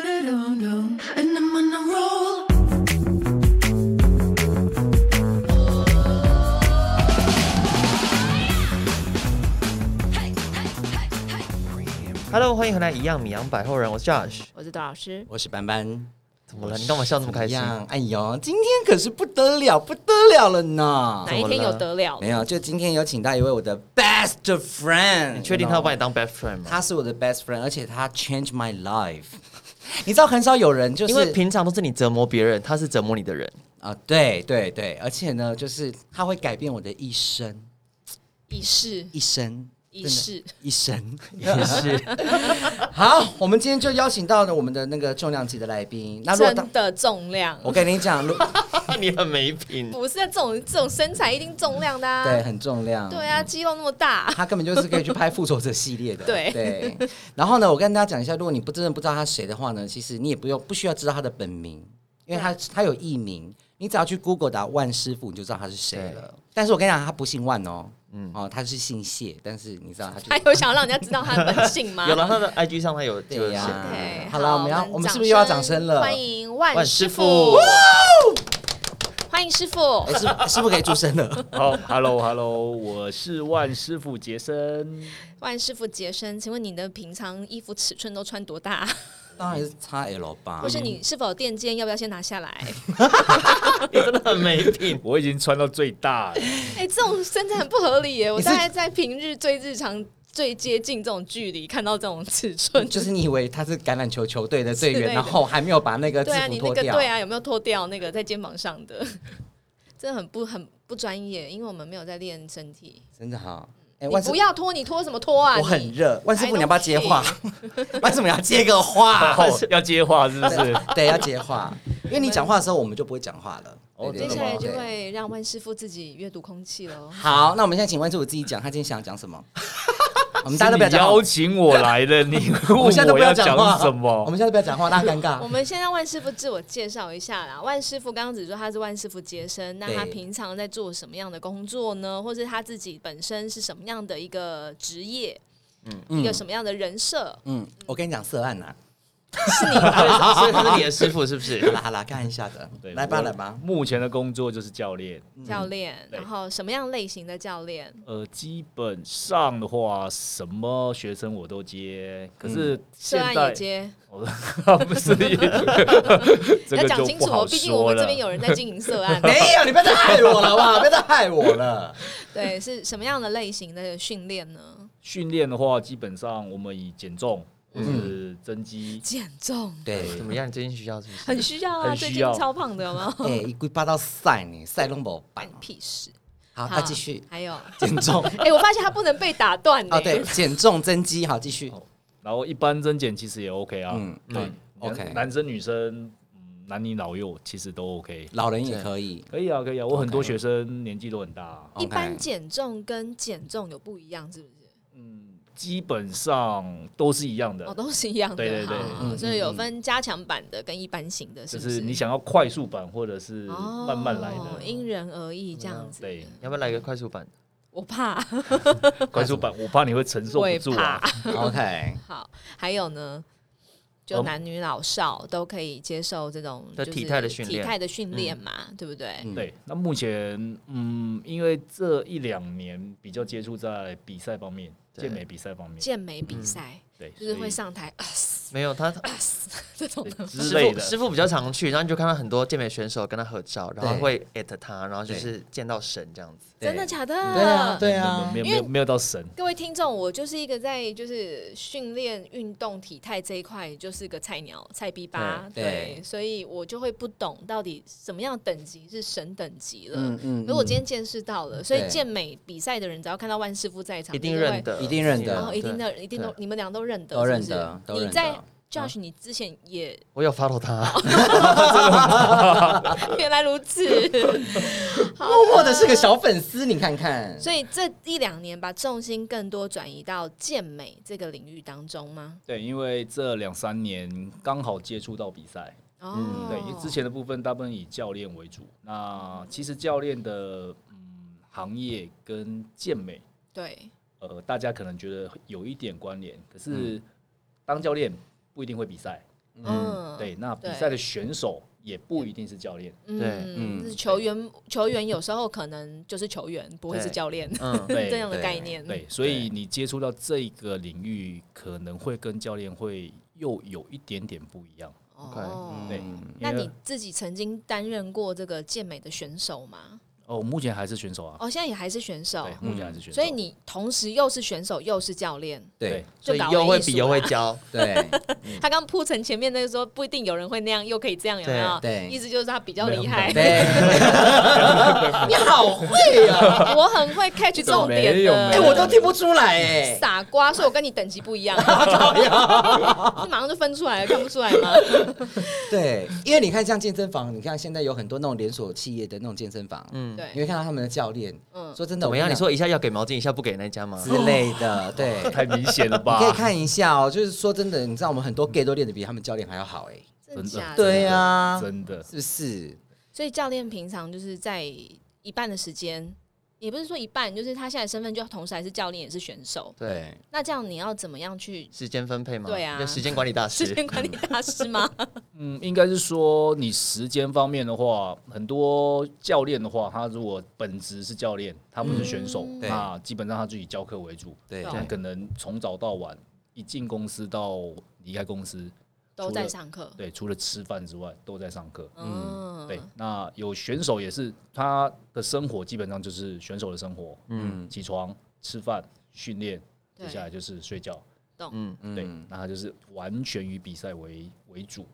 And I'm on a roll. 哈喽，欢迎回来，一样米阳百货人，我是 Josh。我是董老师，我是班班。怎么了？你干嘛笑这么开心啊怎？样哎呦，今天可是不得了，不得了了呢哪！一天有得了？没有，就今天有请到一位我的 best friend。你确定他要把你你当 best friend 吗？他是我的 best friend，而且他 change my life。你知 道很少有人就是因为平常都是你折磨别人，他是折磨你的 人。啊、对对对，而且呢，就是他会改变我的一生，意识，一生，意真的识，一生。也是，好，我们今天就邀请到了我们的那个重量级的来宾。啊那如果他真，的重量，我跟你讲，如你很没品。不是这种这种身材一定重量的啊。对，很重量。对啊，肌肉那么大，他根本就是可以去拍《复仇者》系列的。对对。然后呢，我跟大家讲一下，如果你不真的不知道他谁的话呢，其实你也不用不需要知道他的本名，因为他他有艺名，你只要去 Google 打万师傅，你就知道他是谁了。但是我跟你讲，他不姓万哦，嗯，哦，他是姓谢，但是你知道他他就。有想要让人家知道他的本性吗？ 有了，他的 IG 上他有就对是写呀对。好了我们要我们是不是又要掌声了欢迎万万师师傅傅，，欢迎师傅哎，。师傅师傅可以出声了。好，Hello，Hello，我是万师傅杰森。万师傅杰森，请问你的平常衣服尺寸都穿多大？ 当然是 XL 吧或，是你是否有垫肩？要不要先拿下来？你真的很没品。我已经穿到最大 了，哎，这种身材很不合理耶！我你是大概在平日最日常、最接近这种距离看到这种尺寸，就是你以为他是橄榄球球队的队之类员，的然后还没有把那个制对啊，服你那脱个掉。对啊，有没有脱掉那个在肩膀上的？ 真的很不很不专业，因为我们没有在练身体。真的好。哎、你万师不要脱，你脱什么脱啊？我很你热，万师 I 傅你要不要 don't 接话？ 万师傅你要接个话？哦要接话是不 是？对，要接 话，因为你讲话的时候我们就不会讲话了。哦对接对真的下吗来对就会让万师傅自己阅读空气喽。好，那我们现在请万师傅自己讲，他今天想要讲什 么？我 们大家都不要是你讲话，邀请我 来的，你问我们现在都不要讲话，什我么？们现在都不要讲话，大家尴 我尬。们先让万师傅自我介绍一下啦。万师傅刚刚只说他是万师傅接生，那对他平常在做什么样的工作呢？或是他自己本身是什么样的一个职业？一个什么样的人设？嗯，我跟你讲，色案呐、啊所以他是你的师傅是 不好是？啦好啦，看一下的对，来吧我来吧。。目前的工作就是教练，教练，对然后什么样类型的教练？呃，基本上的话，什么学生我都接。可是涉现案在也，接， 不是，这要个讲就清不楚哦，好毕竟我说们这了边。有人在经营涉 案没有，你不要再害我了哇！不要再害我了。对，是什么样的类型的训练呢？训练的话，基本上我们以减重或是嗯增肌，减重对，怎么样？你最近需要是不是？很需要啊，很最需近要超胖的有 没有？哎、一龟巴到晒你，晒拢无关办你。屁事！好，那继续还有，减 重。哎、我发现他不能被打断呢、哦，对，减重增肌，好，继续。然后一般增减其实也 OK 啊。嗯对嗯男 OK 男生女生，嗯，男女老幼其实都 OK。老人也可 以。可以啊，可以啊，我很多学生年纪都很大啊、一般 OK 减重跟减重有不一样，是不是？嗯基本上都是一样的哦，，都是一样的。对对对好好嗯好嗯所以有嗯分加强版的跟一般型的，就是不是你想要快速版或者是慢慢来哦的，嗯因人而异这样子。对，要不要来个快速版？我怕，快速版，我怕你会承受我不也住怕啊。。 OK，好，还有呢，就嗯男女老少都可以接受这种的就是体态的训体练态的训练嘛，对不对？嗯对，那目前嗯，因为这一两年比较接触在比赛方面，对健美比赛方面，健美比赛、嗯对，就是会所上台啊嘶没有，他啊嘶这种以的对吗，之师类傅的。师傅比较常去，然后你就看到很多健美选手跟他合照，然后对会 at 他，然后就是见到神这样子。对真的假的？对啊，对啊没，有因没为有没有到神，各位听众，我就是一个在就是训练、运动、体态这一块就是个菜鸟、菜逼吧，对对，对所以我就会不懂到底什么样等级是神等级了。嗯嗯可是我今天见识到了，所以对健美比赛的人只要看到万师傅在场，一定就是会认哦得，一定认得然哦后一对定的，一定都对你们俩都认得，是都不认是得都你认在得 Josh，你之前也 我有 follow 他，原来如此，好默默的是个小粉丝，你看看，所以这一两年把重心更多转移到健美这个领域当中吗？对，因为这两三年刚好接触到比赛，哦，对，因为之前的部分大部分以教练为主。那其实教练的嗯行业跟健美对呃，大家可能觉得有一点关联，可是当教练不一定会比赛，嗯，对，那比对赛的选手也不一定是教练，对嗯，就是球员球员有时候可能就是球员，不会是对教练，嗯，对这样的对概念，对，所以你接触到这个领域，可能会跟教练会又有一点点不一样， OK，哦对。那因为你自己曾经担任过这个健美的选手吗？哦，目前还是选手啊，哦，现在也还是选手对，，目前还是选手，所以你同时又是选手又是教练。对对所以就搞又会艺术比又会啦教， 对他刚铺陈前面那个说不一定有人会那样，又可以这样，有没有？对对意思就是他比较厉害。 对，你好会啊！ 我很会 catch 重点没有的，哎，没有我都听不出来哎。傻瓜，所以我跟你等级不一样，马上就分出来了，看不出来吗？对，因为你看像健身房，你看现在有很多那种连锁企业的那种健身房，嗯，你对，会看到他们的教练，嗯，说真的，怎么我样？跟你说一下要给毛巾，一下不给那家吗？之类的，对，太明显了吧？你可以看一下哦。就是说真的，你知道我们很多 gay 都练得比他们教练还要好哎，真真的假的？对啊真的，是不是？所以教练平常就是在一半的时间，也不是说一半，就是他现在身份就同时还是教练也是选手。对，那这样你要怎么样去时间分配吗？对啊就时间管理大时师。间管理大师吗？嗯，应该是说你时间方面的话，很多教练的话，他如果本职是教练，他不是选手，嗯对那基本上他自己教课为主，对懂他可能从早到晚，一进公司到离开公司，都在上课。对，除了吃饭之外都在上课。嗯，对，那有选手也是，他的生活基本上就是选手的生活，嗯，起床、吃饭、训练，对接下来就是睡觉，嗯懂。对，那他就是完全以比赛为为主，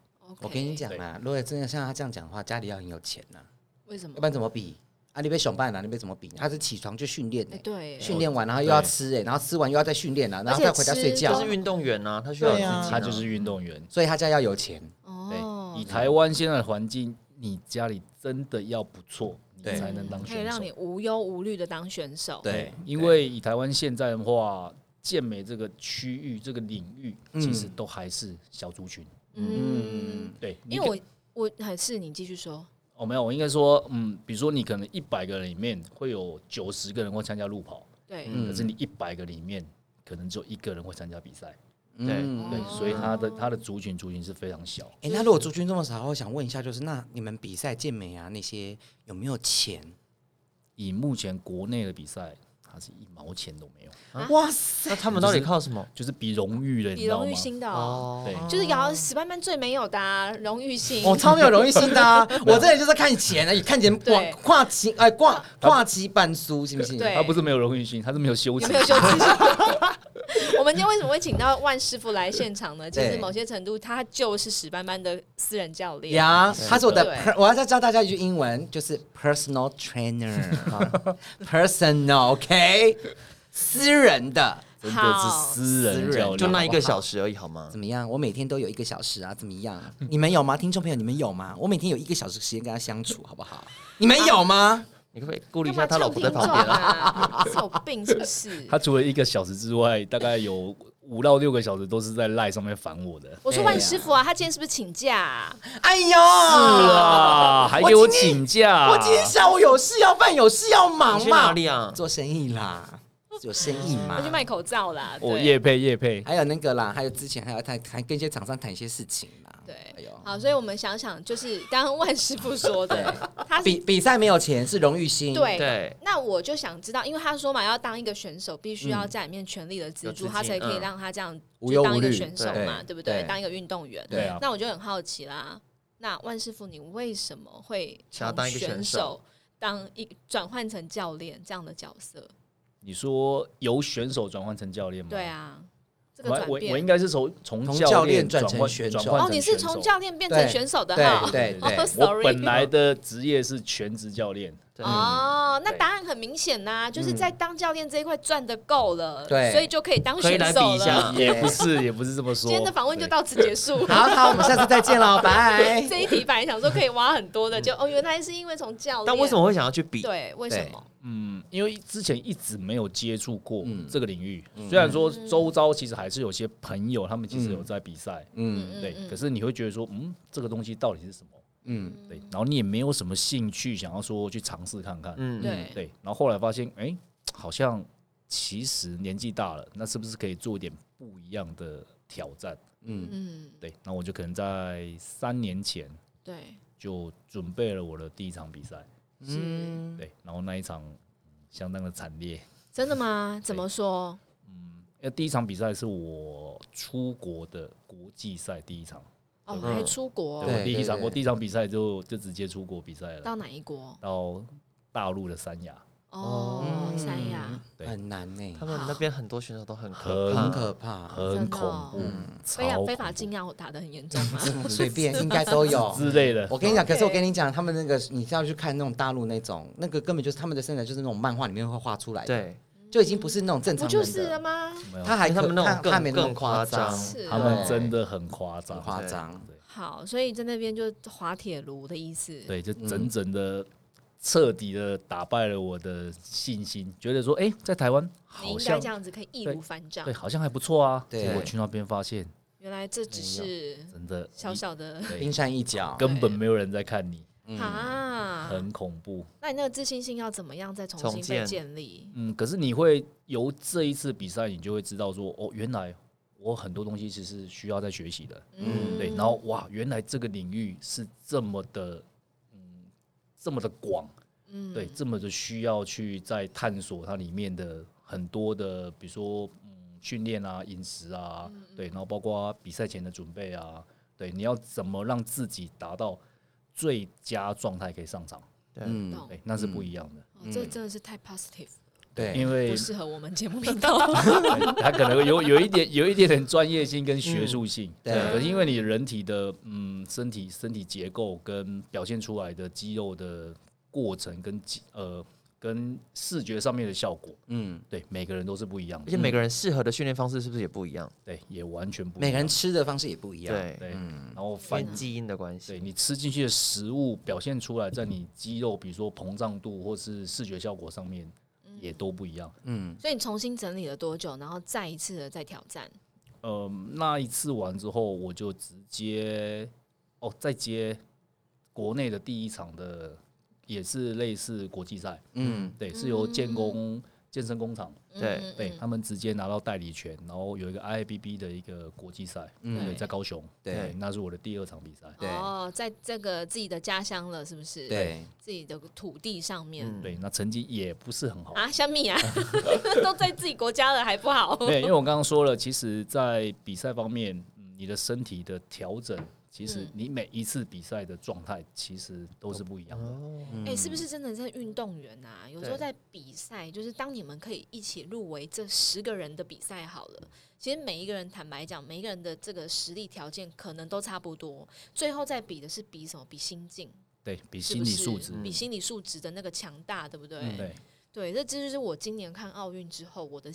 我跟你，讲对啊，如果真的像他这样讲的话，家里要很有钱呐、为什么要不？然怎么比？啊，你被熊办了、你被怎么比？他是起床就训练、哎，欸，对，训练完然后又要吃、欸，然后吃完又要再训练啊，然后再回家睡他觉是，运动员啊，他需要有对啊自己，他就是运动员。所以他家要有钱。嗯哦对，以，台湾现在的环境，你家里真的要不错，你对才能当可以选让手你。无忧无虑的当选手。对因为以台湾现在的话，健美这个区域、这个领域，其实都还是小族群。嗯，对，你因可为我我还是你继续说，哦没有，我应该说，嗯，比如说你可能一百个人里面会有九十个人会参加路跑，对，可是你一百个里面可能只有一个人会参加比赛。对，嗯嗯对，所以他的他的族群族群是非常小。哎、那如果族群这么少，我想问一下，就是那你们比赛健美啊那些有没有钱？以目前国内的比赛，它是一毛钱都没有，啊哇 塞！那他们到底靠什么？就是比荣誉的，你比知道荣吗誉？心的哦，哦，对，就是摇史班班最没有的啊荣誉心，我、哦超没有荣誉心的、啊，我这里就是看钱而已，看钱对跨跨级哎跨跨级半输，信不信？对他不是没有荣誉心，他是没有羞耻有没。有羞耻心？我们今天为什么会请到万师傅来现场呢？其实对某些程度，他就是史班班的私人教练。呀他是我的对 per- 我要再教大家一句英文，就是 personal trainer 哈 personal OK，私人的真的是好私人教练，就那一个小时而已，好吗怎？么样？我每天都有一个小时啊，怎么样？嗯你们有吗？听众朋友，你们有吗？我每天有一个小时时间跟他相处，好不啊好？你们有吗？你可不可以顾虑一干嘛下他老呛婆听在众旁边啊？啊？ 是有病是不是？他除了一个小时之外，大概有五到六个小时都是在赖上面烦我的。我说万师傅啊，他今天是不是请假啊？哎呦，啊，还给我请假，啊我今天下午有事要办，有事要你忙去嘛哪，里啊？做生意啦，有生意嘛他。去卖口罩啦。我对哦叶配叶配，还有那个啦，还有之前还要谈谈跟一些厂商谈一些事情嘛。哎对呦，好，所以我们想想，就是刚刚万师傅说的，他比是比赛没有钱是荣誉心，对对，那我就想知道，因为他说嘛，要当一个选手，必须要在里面全力的资助，有资金他才可以嗯让他这样无就忧当一无个虑选手嘛，对对不对？对当一个运动员。对啊那我就很好奇啦，那万师傅，你为什么会想要当一个从选选手手，当一转换成教练这样的角色？你说由选手转换成教练吗？对，啊，这个我转我我应变。该是从从从教教练转转成换选转手换哦，成你是选手从教练变成对选手的对哈？对对 哦我本，sorry。来的职业是全职 教练，嗯对哦，那对答案很明显呐，就是在当教练这一块赚的够了，对所以就可以当可以选来比手一下了。也不是也不是这么说。今天的访问就对到此结束。好好，我们下次再见喽，拜。 这一题本来想说可以挖很多的，就哦，原来是因为从教练。但为什么会想要去比？对，为什对么？嗯，因为之前一直没有接触过嗯这个领域，虽然说嗯周遭其实还是有些朋友，他们其实有在比赛，嗯对，嗯可是你会觉得说，嗯，这个东西到底是什么？嗯，对，然后你也没有什么兴趣想要说去尝试看看，嗯，对对，然后后来发现，哎、好像其实年纪大了，那是不是可以做一点不一样的挑战？嗯，对，那我就可能在三年前对，就准备了我的第一场比赛，是对，然后那一场嗯相当的惨烈。真的吗？怎么说？嗯因为第一场比赛是我出国的国际赛第一场，哦，还出国对，嗯对我第一场对我第一场比赛就就直接出国比赛了，到哪一国？到大陆的三亚，哦，三嗯亚，对很难呢他，们那边很多选手都很可很怕很，可怕，很真的恐哦怖，嗯非超法恐非怖法禁药打得很严重吗？随便应该都 有。之类的。我跟你讲，可是 OK 我跟你讲，他们那个你是要去看那种大陆那种，那个根本就是他们的身材，就是那种漫画里面会画出来的，对，就已经不是那种正不常就人是了啊的。吗？他还因为他可们那种他更他没那么更夸夸张是他们真的很夸张很，夸张。对好，所以在那边就滑铁卢的意思。对，就嗯整整的、彻底的打败了我的信心，觉得说，哎、在台湾你好应该像这样子可以易如反掌对，。好像还不错啊。对结果去那边发现，原来这只是真的小小的对冰山一角，根本没有人在看你， 啊。嗯很恐怖。那你那个自信心要怎么样再重重新建被建立？嗯，可是你会由这一次比赛，你就会知道说，哦，原来我很多东西其实是需要在学习的。嗯，对，然后哇，原来这个领域是这么的，嗯，这么的广，嗯对，这么的需要去在探索它里面的很多的，比如说嗯，训练啊、饮食啊，嗯对，然后包括比赛前的准备啊，对，你要怎么让自己达到最佳状态可以上场，嗯，懂。对，那是不一样的，哦这真的是太 positive，对因为不适合我们 节目频道。对它可能有有一点有一点点专业性跟学术性，对可是因为你人体的嗯身体身体结构跟表现出来的肌肉的过程跟肌呃跟视觉上面的效果，嗯，对每个人都是不一样而的，嗯且每个人适合的训练方式是不是也不一样？对也完全不一样每个人吃的方式也不一样，对，对，然后因为反基因的关系对。你吃进去的食物表现出来，在你肌肉比如说膨胀度或是视觉效果上面也都不一样。嗯，所以你重新整理了多久，然后再一次的再挑战？呃，那一次完之后，我就直接哦，再接国内的第一场的，也是类似国际赛，嗯，对，是由建工健身工厂，对嗯对他们直接拿到代理权，然后有一个 IIBB 的一个国际赛，嗯对，在高雄，对那是我的第二场比赛，对哦，在这个自己的家乡了，是不是？，对，自己的土地上面、嗯嗯对，那成绩也不是很好，啊，香米 啊， 都在自己国家了还不好？对，因为我刚刚说了，其实，在比赛方面，嗯你的身体的调整，其实嗯你每一次比赛的状态其实都是不一样的。哦嗯哎、是不是真的是运动员啊？有时候对在比赛，就是当你们可以一起入围这十个人的比赛好了，其实每一个人坦白讲，每一个人的这个实力条件可能都差不多，最后再比的是比什么？比心境，对比是心不理是素质，嗯比心理素质的那个强大，对不对？嗯对对，这这就是我今年看奥运之后我的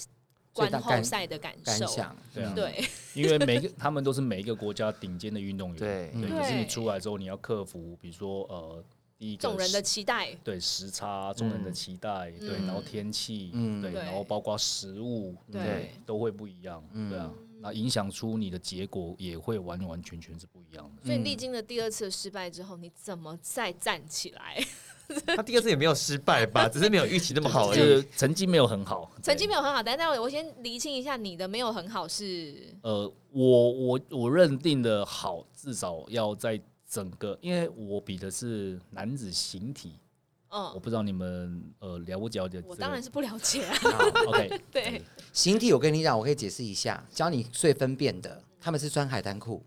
最观大后赛的感感受。想，嗯对啊，对，因为每个他们都是每一个国家顶尖的运动员，对对。嗯可是你对出来之后，你要克服，比如说呃，第一个 众人的时期待，对时差，众人的期待，对，然后天气，嗯对，对然后包括食物，对嗯都会不一样，对啊，那影响出你的结果也会完完全全是不一样的。所以历经了第二次的失败之后，你怎么再站起来？ 他第二次也没有失败吧，只是没有预期那么好而就已。是成绩没有很好，成绩没有很好，但但我先厘清一下，你的没有很好是呃，我我我认定的好，至少要在整个，因为我比的是男子形体，我嗯，不知道你们呃了不了解这个？我当然是不了解 啊。 OK， 对，形体，我跟你讲，我可以解释一下，教你最分辨的，他们是穿海滩裤，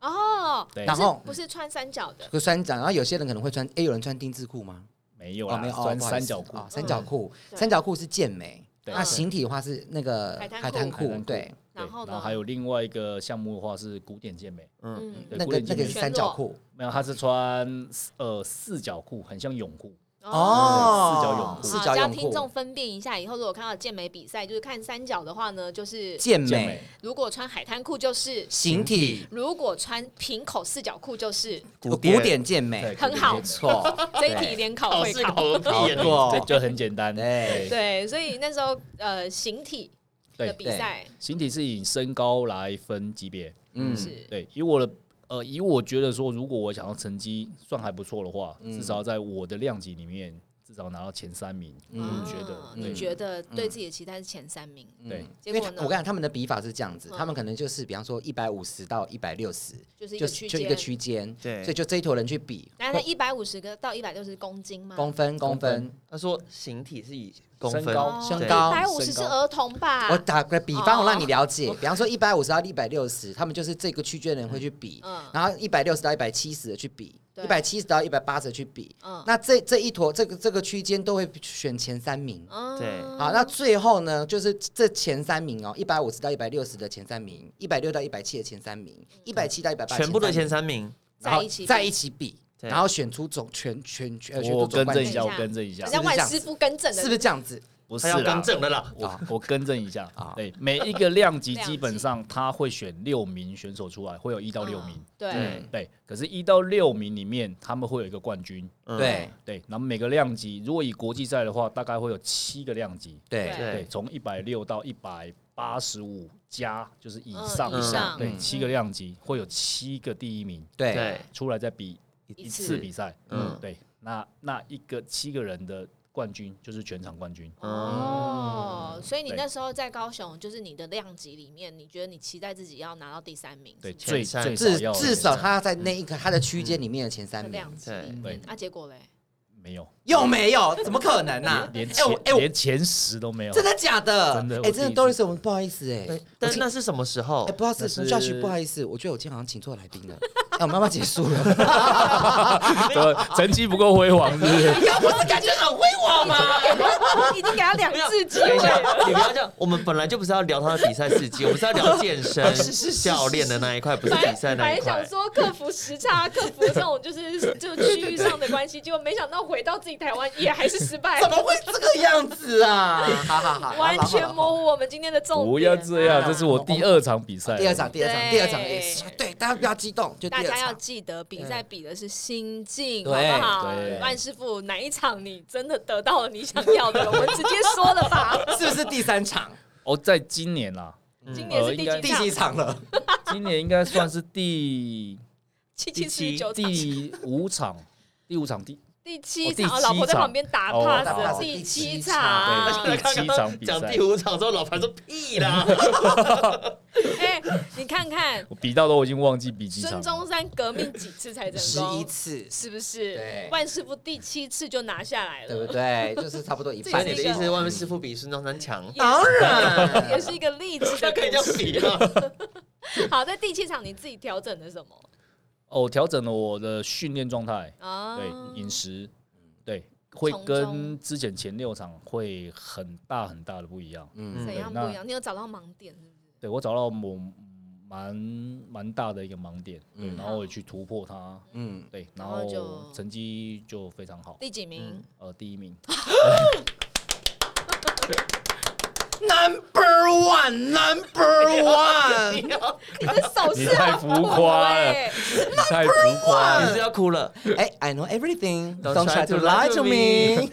哦，对然后不是穿三角的，会穿长，然后有些人可能会穿，哎，有人穿丁字裤吗？没有哦，啦，没有，哦穿不好意三思角裤哦，三角裤，对三角裤是健美，对那形体的话是那个海滩海滩裤海裤滩，裤对，对然后呢然后还有另外一个项目的话是古典健美，嗯，对那古个典那健个美是全三角裸裤，没有，他是穿呃四角裤，很像泳裤，哦，对四好角教泳听众裤，分辨一下，以后如果看到健美比赛，就是看三角的话呢，就是健健美美，如果穿海滩裤就是，形体，呃如果穿平口四角裤就是，古典典健对美，很好没错 ，这一题联考会考。个好屁这过，就很简 单。对对，所以那时候呃，形体的对比赛形体是以身高来分级别，嗯，是对，以我的呃，嗯以我觉得说，如果我想要成绩算还不错的话，至少在我的量级里面至少拿到前三名。嗯啊我嗯觉得对你觉得对自己的期待是前三名，对，结嗯因为果他呢我跟你讲，他们的笔法是这样子，嗯他们可能就是比方说一百五十到一百六十，就是一就个是区就一间个区间，对所以就这一坨人去比，大概一百五十个到一百六十公斤吗？公分公分。他说形体是以公分身高对身高一百五十身是高儿童吧？我打个比方，哦我让你了解，比方说一百五十到一百六十，他们就是这个区间的人会去比，嗯然后一百六十到一百七十的去比，对一百七十到一百八十去比，嗯那这这一坨这个这个区间都会选前三名。嗯对好，那最后呢，就是这前三名哦，一百五十到一百六十的前三名，一百六到一百七的前三名，一百七到一百八全部的前前三名，三名，然嗯在后一起比在一起比，对然后选出总全全全，呃选我出总更冠正一军，下，冠我军更正一下好，像是不是万这样师傅更正的，是不是这样子？不是他要啦更正了啦。我我更正一下啊，对，每一个量级量级基本上他会选六名选手出来，会有一到六名嗯，对，嗯对，可是，一到六名里面他们会有一个冠军，嗯对对，然后每个量级，如果以国际赛的话，大概会有七个量级，对对对，从一百六到一百八十五加，就是以上，嗯以上对，嗯七个量级会有七个第一名对对出来再比一一次次比赛，嗯嗯，对，那那一个七个人的冠军就是全场冠军，嗯哦，所以你对那时候在高雄，就是你的量级里面，你觉得你期待自己要拿到第三名，对，是最前三最至少要至少他要在那一个他的区嗯间里面的前不三是的名，量级里对面，啊，结果嘞，没有。又没有，怎么可能啊？连哎我前哎我连前十都没有，真 的假的？真的哎我真的第一 Doris，次我们不好意思哎对，，但是那是什么时候哎不？好意思那是，Josh 不好意思，我觉得我今天好像请错来 宾了，哎我们要不要结束了？怎么成绩不够辉煌，是不是？ 你要不是感觉很辉煌 吗？ 已经给他两次机等一下会，，你不要这样。我们本来就不是要聊他的比赛事迹，我们是要聊健身、教练的那一块，不是比赛本那来一想块。说克服时差，克服这种就是就区域上的关系，结果没想到回到自己台湾也还是失 败怎，么会这个样子 啊？好好好，完全摸。模糊我们今天的重点。不要这样，啊这是我第二场比赛，第二场，第二场，对第二场也是，对，大家不要激动，就第大二家要场。记得，比赛比的是心境，好对不好对？万师傅，哪一场你真的得到了你想要的？我们直接说了吧。是不是第三 场？哦，在今年啦，今年是第呃应几第场几？场了？今年应该算是 第七七四十九场，第五场，第五场第第七哦第场，哦七老婆在场旁边打哦 pass 打了， pass，第第七七场对。第 七场比赛讲第五场之后，老盘说屁啦，哎，你看看我比到都已经忘记比几场孙中了，山革命几次才十成功？一，次，是不是对？万师傅第七次就拿下来对不了，对？就是差不多一所半以这你也的是一意个思是，外面师傅比孙中山 强？当也然，是一个励志那 的可以故叫事。比啊了。好，在第七场你自己调整了什么？哦，调整了我的训练状态，啊，对饮食，对，会嗯从跟中之前前六场会很大很大的不一样。嗯，怎样不那一样？你有找到盲点是不是？对我找到我蛮蛮大的一个盲点，对，嗯然后我也去突破它，嗯，对，然然后后就成绩就非常好，第几名？嗯呃，第一 名。 Number one, number one， 你的手势你太浮夸了哎你太浮夸你是要哭 了？哎，I know everything. Don't Don't try try to to lie lie to to me.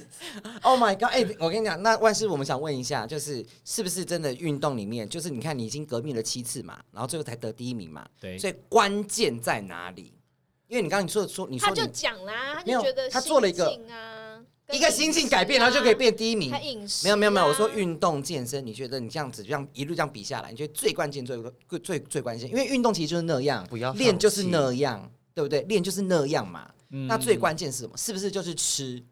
Oh my god！哎、我跟你讲，那万事我们想问一下，就是是不是真的运动里面，就是你看你已经革命了七次嘛，然后最后才得第一名嘛，对所以关键在哪里？因为你刚刚你说说你说他就你讲啦，他没就有觉得他做了一个心境啊，跟一个心境改变，饮食啊然后就可以变第一名他。饮食没有没有没有，啊我说运动健身，你觉得你这样子这样一路这样比下来，你觉得最关键最最最最关键，因为运动其实就是那样，不要练就是放弃那样，对不对？练就是那样嘛。嗯那最关键是什么？是不是就是吃？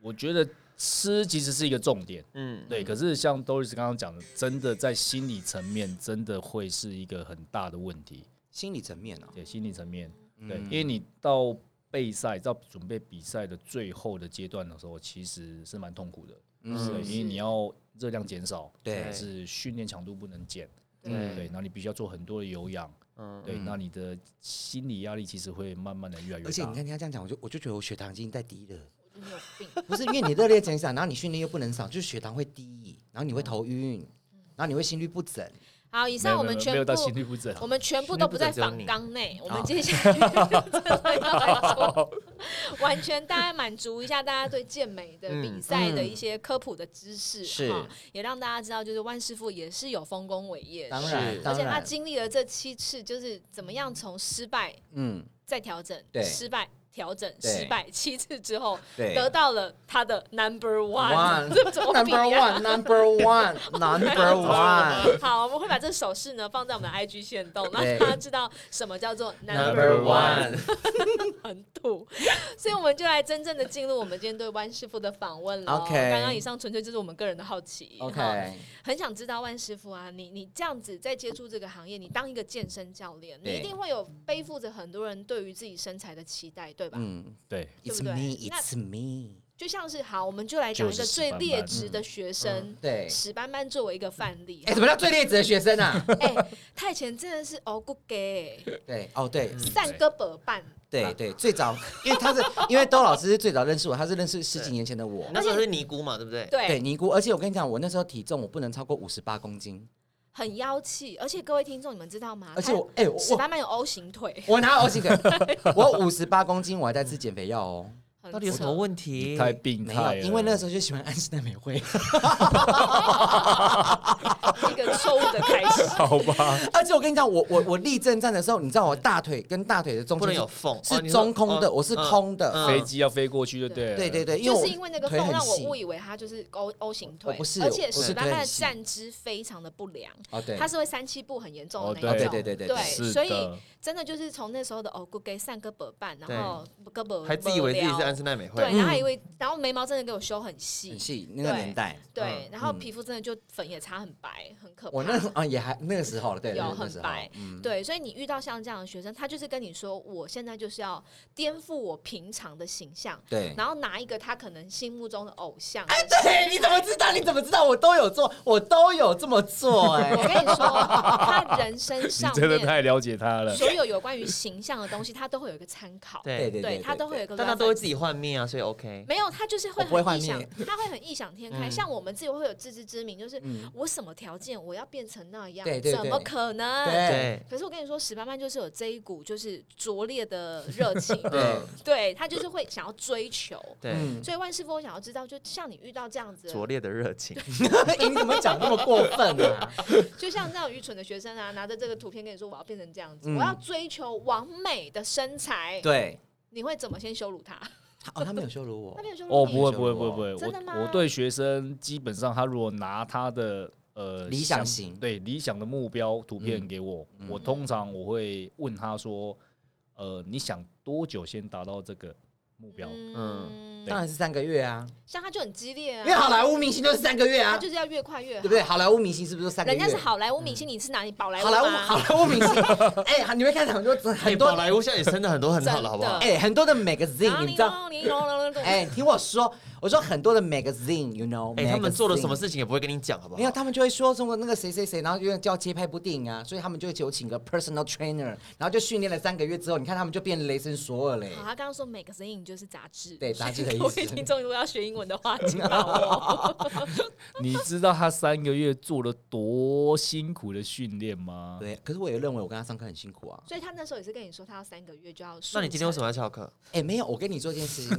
我觉得吃其实是一个重点，嗯，对。可是像 Doris 刚刚讲的，真的在心理层面，真的会是一个很大的问题，心理层面哦、对心理层面，对，嗯因为你到备赛到准备比赛的最后的阶段的时候，其实是蛮痛苦的，对，因为你要热量减少，嗯对但是训练强度不能减，对对，然后你必须要做很多的有氧，嗯对，那你的心理压力其实会慢慢的越来越大，而且你看他这样讲，我就我就觉得我血糖已经在低了。你有病，不是因为你热烈减少，然 后你训练又不能少，就是血糖会低，然后你会头晕，嗯然后你会心律不整。好，以没上有我没们有全没有到心部律不整，我们全部都不在心律不整只有访你纲啊内，我们接下来 真的要来做完全大家满足一下大家对健美的比赛的一些科普的知识，嗯是哈也让大家知道，就是万师傅也是有丰功伟业的，当然，而当且他然，经历了这七次，就是怎么样从失败嗯，再调整，对失败调整对失败七次之后，对得到了他的 number one，这怎么比啊 number 呀、 one number one number one，好，我们会把这手势呢放在我们的 IG 线动，让对大家知道什么叫 做 Number one，很土，所以我们就来真正的进入我们今天对万师傅的访问了。哦 OK 刚刚以上纯粹就是我们个人的好奇。哈 OK，很想知道万师傅啊，你你这样子在接触这个行业，你当一个健身教练，你对一定会有背负着很多人对于自己身材的期待，对吧？嗯对，对，It's 不对 me，It's me，就像是好，我们就来讲一就个是史最斑劣斑质的学生，嗯对，史斑斑作为一个范例。哎，怎么叫最劣质的学生 啊？哎、他以前真的是哦不给对，哦对，散哥伯办，对对，最早，因为他是因为周老师是最早认识我，他是认识十几年前的我。那时候是尼姑嘛，对不对？对对，尼姑，而且我跟你讲，我那时候体重我不能超过五十八公斤，很妖气。而且各位听众，你们知道吗？而且我哎、我史我斑斑有 O 型腿，我哪有 O 型腿？我五十八公斤，我还在吃减肥药哦。很到底有什么扯问题？太病没态有了，，因为那时候就喜欢安室奈美惠，一个 错误的开始。好吧，而且我跟你讲，我我我立正站的时候，你知道我大腿跟大腿的中不能间是有缝，是哦你说中空的，哦我是嗯空的。嗯飞机要飞过去就对了，对对对，因为就我是因为那个腿缝很让我细误以为他就是 O O 型腿，我不是而且我是史斑斑腿的很细站姿非常的不良，哦对，他是会三七步很严重的哦那一对种，哦对对对对对，是所以的真的就是从那时候的哦，给散个伯半，然后胳膊还自以为自己是安室，室奈美惠嗯对，，然后还以为，然后眉毛真的给我修很细很，细那个年代。对，然后嗯皮肤真的就粉也擦很白，很可怕。我那时候啊也还那个时候了，嗯对，有那个很时候白，对，所以你遇到像这样的学生，他就是跟你说，我现在就是要颠覆我平常的形象，对然后拿一个他可能心目中的偶像。对，你怎么知道？你怎么知道？我都有做，我都有这么做、哎 我跟你说，他人生你上真的面太了解他了。所有有关于形象的东西，他都会有一个参考，对对，对对他都会有一有。个，但他都会自己换面啊，所以 OK。没有，他就是会我不会很幻异想灭，他会很异想天开。嗯像我们自己会有自知之明，就是我什么条件我要变成那样嗯对，对怎么对可能？对对，可是我跟你说，史班班就是有这一股就是拙劣的热情，对对他就是会想要追求。嗯对，嗯 所以万师傅，我想要知道，就像你遇到这样子的，拙劣的热情，欸你怎么讲那么过分啊？ 就像那种愚蠢的学生啊，拿着这个图片跟你说我要变成这样子，嗯我要追求完美的身材，对，你会怎么先羞辱他？哦，他没有羞辱我他没，有羞哦，辱你，不会不会不会不会，真的吗我我对学生基本上，他如果拿他的呃理想想型对理想的目标图片嗯给我，我通常我会问他说，呃，你想多久先达到这个目标？嗯，当然是三个月啊，像他就很激烈 因为啊，好莱坞明星都是三个月他啊，就对是要越快越好不。对？好莱坞明星是不是都三个人月？家是好莱坞明星，你是哪里宝莱坞啊好莱坞吗？好莱坞明星， 哎，你会看到很多哎，很宝 多莱坞现在也生的很多很好的，好不好？哎很多的 magazine，你知道？啊你咯你哎，听我说，我说很多的 magazine，you know，哎，他们做了什么 magazine？事情也不会跟你讲，好不好？没有，他们就会说中国那个谁谁谁，然后就叫接拍部电影啊，所以他们就有请个 personal trainer，然后就训练了三个月之后，你看他们就变雷神索尔嘞好，。他刚刚说 magazine 就是杂志，对杂志的意各思位听众如果要学英文的话，请把握。你知道他三个月做了多辛苦的训练吗？对，可是我也认为我跟他上课很辛苦啊。所以他那时候也是跟你说，他要三个月就要速成。那你今天为什么要翘课？哎、没有，我跟你做一件事情，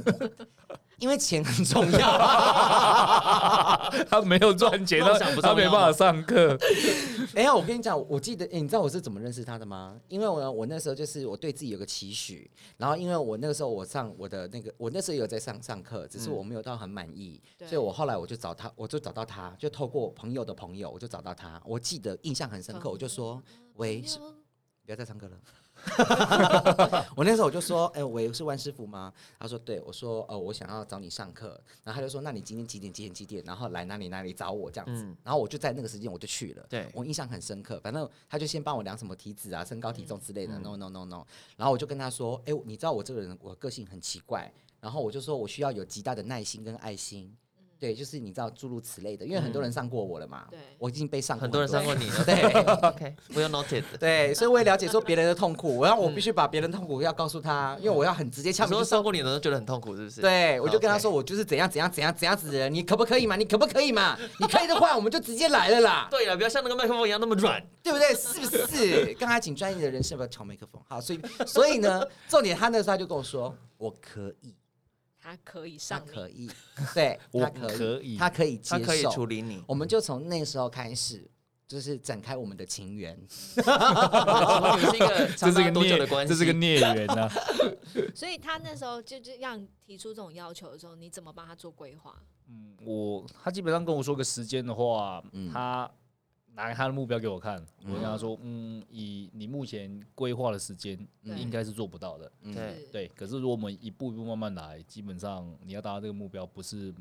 因为钱很重要。 他没有赚钱，梦他想不重他没要办吗法上课。没有，我跟你讲，我记得、哎，你知道我是怎么认识他的吗？因为我我那时候就是我对自己有个期许，然后因为我那个时候我上我的那个，我那时候也有在上上课，只是我没有到很满意，对所以我后来我就找他，我就找到他，就透过朋友的朋友，我就找到他。我记得印象很深刻，我就说：“喂，是不要再唱歌了。 我那时候我就说，哎、喂，是万师傅吗？他说对，我说，呃，我想要找你上课，然后他就说，那你今天几点几点几点，然后来哪里哪里找我这样子，嗯然后我就在那个时间我就去了，对我印象很深刻，反正他就先帮我量什么体脂啊、身高体重之嗯类的、n o no no no，然后我就跟他说，哎、你知道我这个人我个性很奇怪，然后我就说我需要有极大的耐心跟爱心。嗯对，就是你知道诸如此类的，因为很多人上过我了嘛，对我已经被上过很多人上过你了 对， OK，不用 noted。对，所以我也了解说别人的痛苦，我要我必须把别人的痛苦要告诉他，因为我要很直接你呛明说就上说，过你的人都觉得很痛苦，是不是？对啊我就跟他说 OK 我就是怎样怎样怎样怎样子的人，你可不可以嘛？你可不可以嘛？你可以的话，我们就直接来了啦，对啊了，不要像那个麦克风一样那么软。对不对？是不是？刚才请专业的人士不要敲麦克风，好，所以所以呢，重点他那时候他就跟我说，我可以，他可以他上你？可以，对，我他可可以他可以他接可以处受，理你，我们就从那时候开始。就是展开我们的情缘。我们是一 个 这长是达个多久孽的关系？这是个孽缘啊！所以他那时候就就让你提出这种要求的时候，你怎么帮他做规划？嗯我他基本上跟我说个时间的话，他拿他的目标给我看，我跟他说，嗯，以你目前规划的时间，对应该是做不到的。对，对，可是如果我们一步一步慢慢来，基本上你要达到这个目标，不是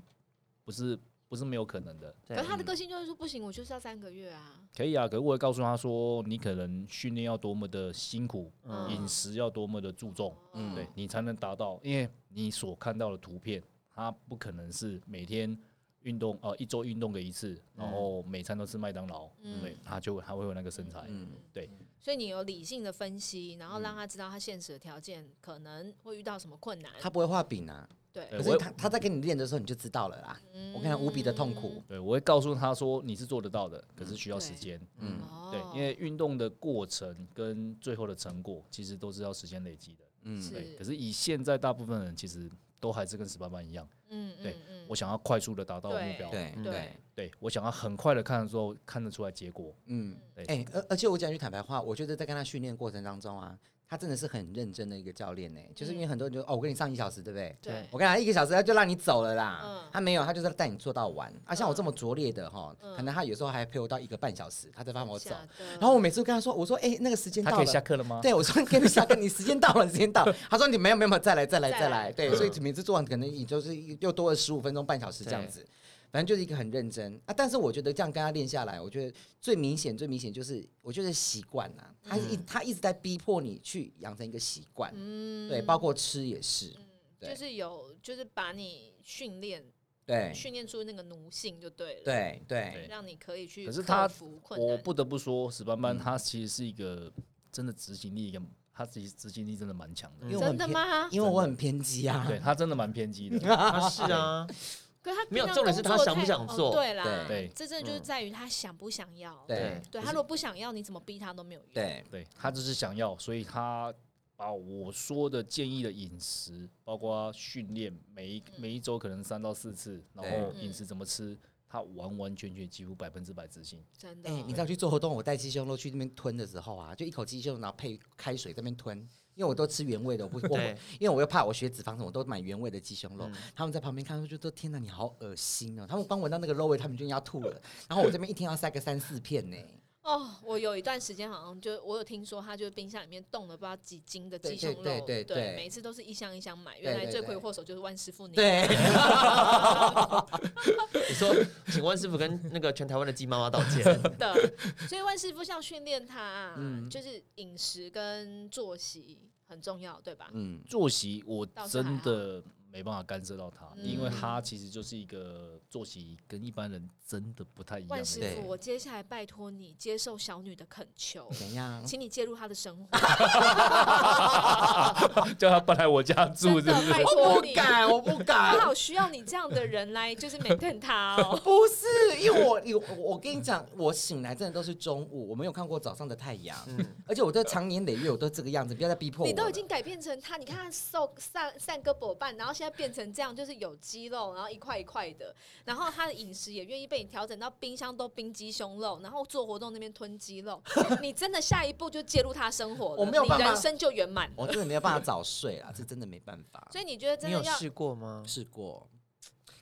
不是不是没有可能的。对可是他的个性就是说不行，我就是要三个月啊。可以啊，可是我会告诉他说，你可能训练要多么的辛苦，嗯饮食要多么的注重，哦嗯对你才能达到。因为你所看到的图片，它不可能是每天运动，呃，一周运动个一次，然后每餐都吃麦当劳，嗯对，他就他会有那个身材，嗯对，所以你有理性的分析，然后让他知道他现实的条件可能会遇到什么困难。他不会画饼啊，对，呃可我是他他在跟你练的时候你就知道了啦。我看他无比的痛苦，对，我会告诉他说你是做得到的，可是需要时对间，嗯哦对，因为运动的过程跟最后的成果，其实都是要时间累积的。嗯对，可是嗯是以现在大部分人其实都还是跟十八般一样，嗯对嗯嗯我想要快速的达到目标，对对对，对我想要很快的看的时候看得出来结果，嗯对，哎，而而且我讲句坦白话，我觉得在跟他训练过程当中啊，他真的是很认真的一个教练呢。就是因为很多人就哦，我跟你上一小时，对不对？嗯对我跟他一个小时，他就让你走了啦嗯。他没有，他就是带你做到完。啊，像我这么拙劣的哈，嗯可能他有时候还陪我到一个半小时，他才放我走假。的然后我每次跟他说，我说哎，那个时间他到可以下了。课啊了吗？对，我说你可以下课，你时间到了，时 间到了。他说你没有没有没有，再来再来再再来嗯来。对，所以每次做完可能也就是又多了十五分钟半小时这样子，反正就是一个很认真啊。但是我觉得这样跟他练下来，我觉得最明显最明显就是我觉得习惯呐，他一他一直在逼迫你去养成一个习惯，嗯对，包括吃也是，对就是有就是把你训练对训练出那个奴性就对了，对对对让你可以去可是他克服，困难。我不得不说，史班班他其实是一个真的执行力一个，他其实执行力真的蛮强的，因为我很真的偏吗因为我很偏激啊，对他真的蛮偏激的，啊是啊，可是他没有平常重点是他工作想不太想哦做对啦，对这真的就是在于他想不想要。嗯对对他如果不想要，你怎么逼他都没有用。对对他就是想要，所以他把我说的建议的饮食，包括训练，每一嗯每一周可能三到四次，然后饮食怎么吃，他完完全全几乎百分之百执行。真的哎、你知道去做活动，我带鸡胸肉去那边吞的时候啊，就一口鸡胸，然后配开水在那边吞，因为我都吃原味的，我不我对因为我又怕我血脂肪什么，我都买原味的鸡胸肉。他们在旁边看，就说：“天哪，你好恶心哦！”他们光闻到那个肉味，他们就要吐了。然后我这边一天要塞个三四片呢，哦，我有一段时间好像就我有听说，他就是冰箱里面冻了不知道几斤的鸡对胸肉，对对对对每次都是一箱一箱买。对原来对罪对魁祸首就是万师傅你。 对，你说，请万师傅跟那个全台湾的鸡妈妈道 歉。的，所以万师傅像训练他、啊，嗯就是饮食跟作息很重要，对吧？嗯，作息我倒是真的没办法干涉到他，嗯因为他其实就是一个作息跟一般人真的不太一样万师的。对傅，我接下来拜托你接受小女的恳 求，怎样？请你介入她的生活，叫他搬来我家住，真是不的拜是？托你。敢，我不他敢好需要你这样的人来，就是 maintain 他哦。 不是，因为我有我跟你讲，我醒来真的都是中午，我没有看过早上的太阳，而且我都常年累月我都这个样子，不要再逼迫我了。你都已经改变成他，你看他瘦散散胳膊瓣，然后现在变成这样，就是有肌肉，然后一块一块的，然后他的饮食也愿意被你调整到冰箱都冰鸡胸肉，然后做活动那边吞鸡肉， 你真的下一步就介入他生活了，我没有你办法人生就圆满我了。真的没有办法早睡啦，这真的没办法。所以你觉得真你的有要试过吗？试过。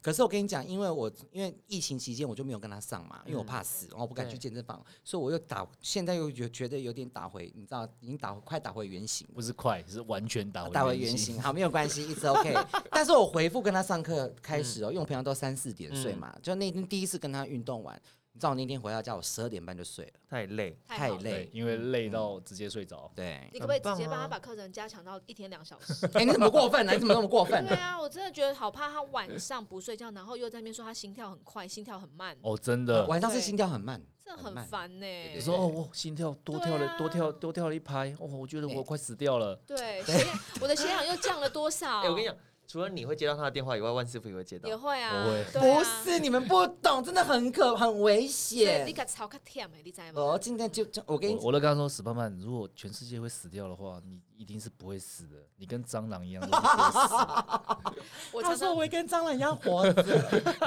可是我跟你讲，因为我因为疫情期间我就没有跟他上嘛，因为我怕死，然后我不敢对去健身房，所以我又打，现在又觉觉得有点打回，你知道，已经打快打回原形，不是快，是完全打啊打回原原形，好，没有关系，一直 OK。但是我回复跟他上课开始哦，因为我平常都三四点睡嘛，就那天第一次跟他运动完，你知道我那天回到家我十二点半就睡了，太累，太好太了。累对，因为累到直接睡着。嗯对你可不可以直接很棒帮啊他把课程加强到一天两小时？ 哎、你怎么过分呢、你怎么那么过分对 呢、啊，我真的觉得好怕他晚上不睡觉，然后又在那边说他心跳很快，心跳很慢，哦，真的，晚上是心跳很慢，这很慢。烦呢、你说哦，我心跳多跳对了、啊多跳多跳了一拍，哦，我觉得我快死掉了。欸 对，血我的血氧又降了多 少？哦哎、我跟你讲，除了你会接到他的电话以外，万师傅也会接到也。会啊，我会对不啊，是你们不懂，真的很可很危所以你险。个超卡甜的，你知道吗？哦，今天就就我跟你我我都跟他说，史胖胖，如果全世界会死掉的话，你一定是不会死的，你跟蟑螂一样都是不会死的，我他常说常我会跟蟑螂一样活着，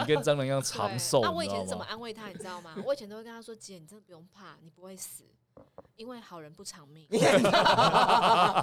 你跟蟑螂一样对长寿，那我你以知前道怎么吗？安慰他，你知道吗？我以前都会跟他说：“姐，你真的不用怕，你不会死，因为好人不长 命，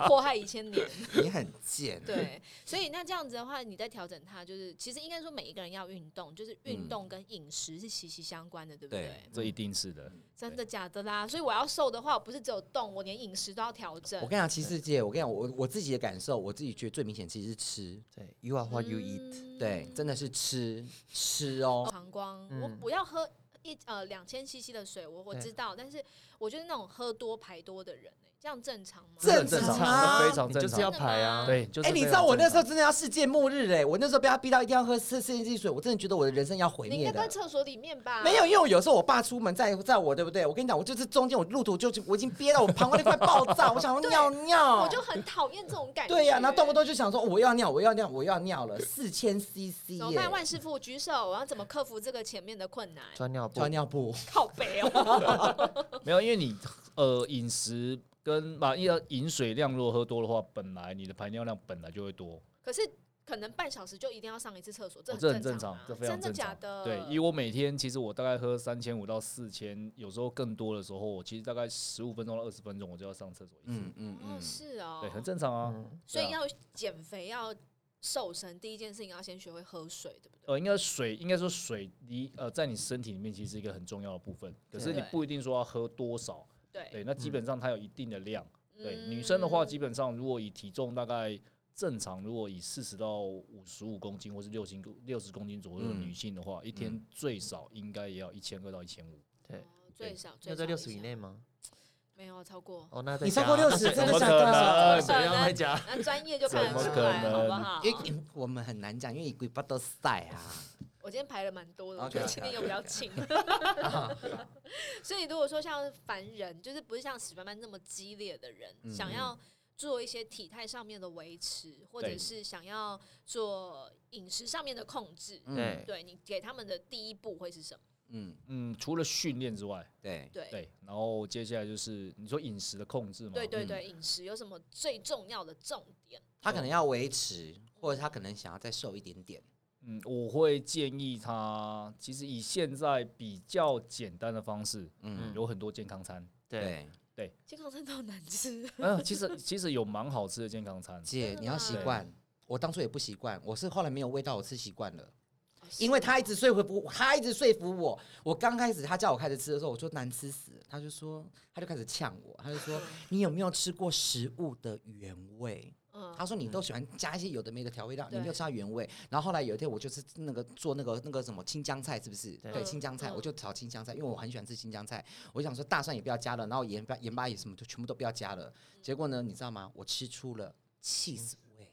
祸害一千年。”你很贱。对，所以那这样子的话，你再调整它，就是其实应该说每一个人要运动，就是运动跟饮食是息息相关的，对不对？对这一定是的，真的假的啦？所以我要瘦的话，我不是只有动，我连饮食都要调整我。跟你讲，其实姐，我跟你讲，我我自己的感受，我自己觉得最明显其实是吃， 对，You are what you eat。E 嗯嗯对，真的是吃吃哦。膀胱，我不要喝一呃两千 CC 的水，我我对知道，但是我就是那种喝多排多的人、欸，这样正常吗？这很正常啊这非常你正就是要常。排啊。对，就是哎、你知道我那时候真的要世界末日哎、我那时候被他逼到一定要喝四四千水，我真的觉得我的人生要毁你应灭该的在。厕所里面吧？没有，因为我有时候我爸出门载载我，对不对？我跟你讲，我就是中间我路途就是我已经憋到我膀胱都快爆 炸，我想要尿尿，我就很讨厌这种感觉。哦对呀、然后动不动就想说哦我要尿，我要尿，我要尿了，四千 CC 怎么耶、办？万师傅举手，我要怎么克服这个前面的困难？穿尿布，穿尿布，靠北哦，没有，因为你呃饮食跟把要饮水量如果喝多的话，本来你的排尿量本来就会多，可是可能半小时就一定要上一次厕所，这哦这很很正常常啊，这非常真的正假常。的？对，因为我每天其实我大概喝三千五到四千，有时候更多的时候，我其实大概十五分钟到二十分钟我就要上厕所一次，嗯嗯哦是哦，对，很正常啊。所对以啊要减肥要瘦身，第一件事情要先学会喝水，对不对？呃，应该水，应该说水离呃，在你身体里面其实是一个很重要的部分，可是你对不一定说要喝多少，对，对，那基本上它有一定的量。对，嗯女生的话，基本上如果以体重大概正常，如果以四十到五十五公斤或是六斤六十公斤左右的女性的话，一天最少应该也要一千二到一千五。对，哦最少最要少在六一十以下内吗？没有超过，哦，那再你加超过60真的怎么假可的能？怎么样那再加 那专业就看得 怎么出可来，好能不好？因为因为我们很难讲，因为你鬼巴都晒啊。我今天排了蛮多的，我 OK，OK 觉得今天又比较轻。 所以如果说像凡人，就是不是像史班班那么激烈的人，嗯想要做一些体态上面的维持，或者对是想要做饮食上面的控制，对，对你给他们的第一步会是什么？嗯，嗯，除了训练之外，对，对对，然后接下来就是你说饮食的控制嘛，对对对，饮、食有什么最重要的重点？他可能要维持，或者他可能想要再瘦一点点。嗯，我会建议他，其实以现在比较简单的方式，嗯，有很多健康餐。对，对，健康餐都很难吃， 嗯、其实其实有蛮好吃的健康餐，姐，你要习惯。我当初也不习惯，我是后来没有味道，我吃习惯了。是因为他一直说服我，他一直说服我。我刚开始他叫我开始吃的时候，我说难吃死了，他就说他就开始呛我，他就说 你有没有吃过食物的原味？嗯他说你都喜欢加一些有的没的调味料，你对没有吃到原味。然后后来有一天我就是那个做那个那个什么青江菜，是不是？对对，青江菜嗯我就炒青江菜，因为我很喜欢吃青江菜。我想说大蒜也不要加了，然后盐巴盐巴也什么就全部都不要加了。结果呢，你知道吗？我吃出了 cheese 味，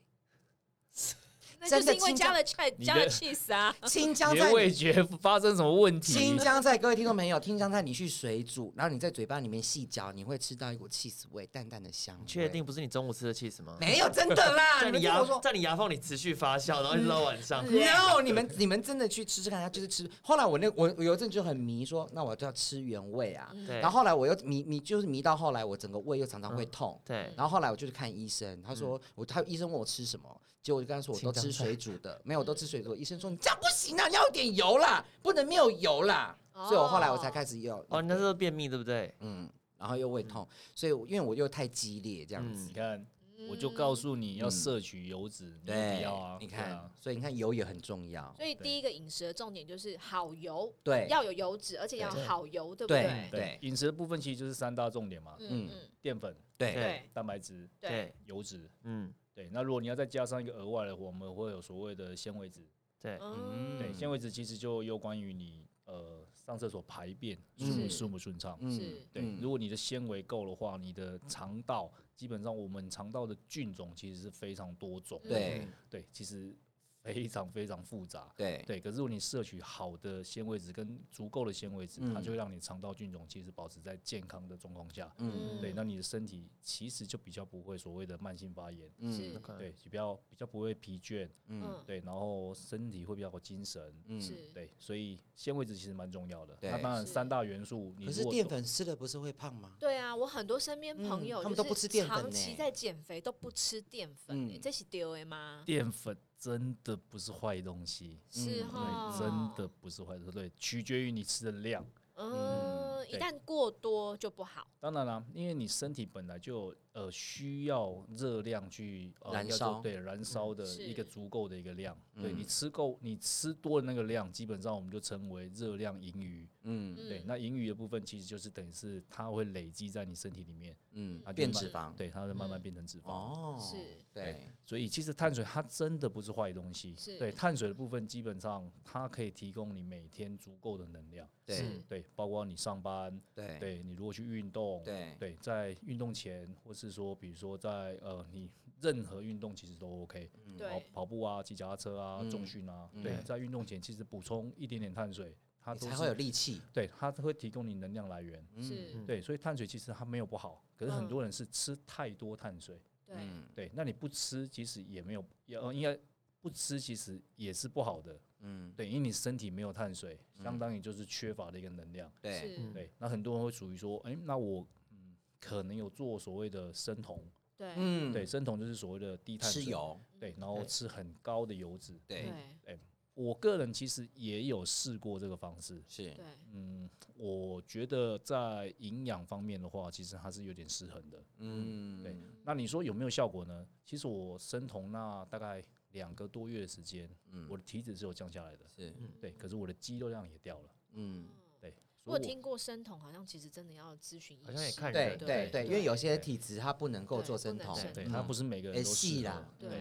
那就是因为真的青椒加了 c 你的加了 cheese 啊，青江你菜的味觉发生什么问题青？江菜，各位听众朋友， 青江菜你去水煮，然后你在嘴巴里面细嚼，你会吃到一股 cheese 味，淡淡的香味。确定不是你中午吃的 cheese 吗？没有真的 啦？在你你们听牙我说嗯在你牙缝里持续发酵，然后一直到晚上。 ，no，你们你们真的去吃吃看，它就是吃。后来我那我我有一阵就很迷说，那我就要吃原味啊。嗯对然后后来我又迷迷，就是迷到后来我整个胃又常常会痛。嗯对，然后后来我就去看医生，他说我他医生问我吃什么，结果我就跟他说我都吃青江菜水 煮的，没有我都吃水煮的。医生说你这样不行啊，你要有点油啦，不能没有油啦。哦所以我后来我才开始有哦，你那时候便秘对不对？嗯，然后又胃痛，所以我因为我又太激烈这样嗯子，你看，我就告诉你要摄取油脂，你也不嗯对要啊，，你对看，啊所以你看油也很重要，嗯所以第一个饮食的重点就是好油，对要有油脂，而且要好油，对不对对？对饮食的部分其实就是三大重点嘛，嗯嗯，淀粉、对，对蛋白质、对对，油脂。嗯，对，那如果你要再加上一个额外的，我们会有所谓的纤维质。对，嗯，对，纤维质其实就有关于你呃上厕所排便嗯顺不顺不顺畅。嗯是对，如果你的纤维够的话，你的肠道嗯基本上我们肠道的菌种其实是非常多种。对对，其实非常非常复杂。对对，可是如果你摄取好的纤维质跟足够的纤维质，嗯它就会让你肠道菌种其实保持在健康的状况下。嗯对，那你的身体其实就比较不会所谓的慢性发炎。嗯是对，比较比较不会疲倦，嗯对，然后身体会比较有精神，嗯是对，所以纤维质其实蛮重要的。对那当然是三大元素，你可是如果淀粉吃了不是会胖吗？对啊，我很多身边朋友嗯他们就都不是吃淀粉长期呢在减肥都不吃淀粉欸，这是丢的吗？淀粉真的不是坏东西，是哈，嗯对，真的不是坏东西，对，取决于你吃的量。嗯，一对旦过多就不好。当然啦，因为你身体本来就有呃需要热量去、呃、燃应该说烧对燃烧的是一个足够的一个量。对你吃够，你吃多的那个量，基本上我们就称为热量盈余。嗯，对，那盈余的部分其实就是等于是它会累积在你身体里面，嗯它，就变慢脂肪。对，它会慢慢变成脂肪。哦，是对，所以其实碳水它真的不是坏东西是，对碳水的部分基本上它可以提供你每天足够的能量，嗯对对，包括你上班，对对你如果去运动，对在运动前或是说比如说在呃你任何运动其实都 OK，跑对，跑步啊、骑脚踏车啊、嗯重训啊，对，在运动前其实补充一点点碳水，它你都才会有是力嗯气。对它会提供你能量来源，是，对，所以碳水其实它没有不好，可是很嗯多人是吃太多碳水。对，对，那你不吃其实也没有，也呃应该不吃其实也是不好的，嗯，对，因为你身体没有碳水，相当于就是缺乏的一个能量，对，是，对，那很多人会属于说，哎、那我嗯可能有做所谓的生酮，对，嗯，对，生酮就是所谓的低碳吃水，油，对，然后吃很高的油脂，对，对，我个人其实也有试过这个方式，是，对，嗯，我觉得在营养方面的话，其实它是有点失衡的。嗯，对。那你说有没有效果呢？其实我生酮那大概两个多月的时间，嗯我的体脂是有降下来的，是，对。可是我的肌肉量也掉了，嗯，对。所我有以听过生酮，好像其实真的要咨询医好像也师看对人对对对，因为有些体质它不能够做生对不酮能，生对嗯它不是每个人都欸细适合啦，嗯对，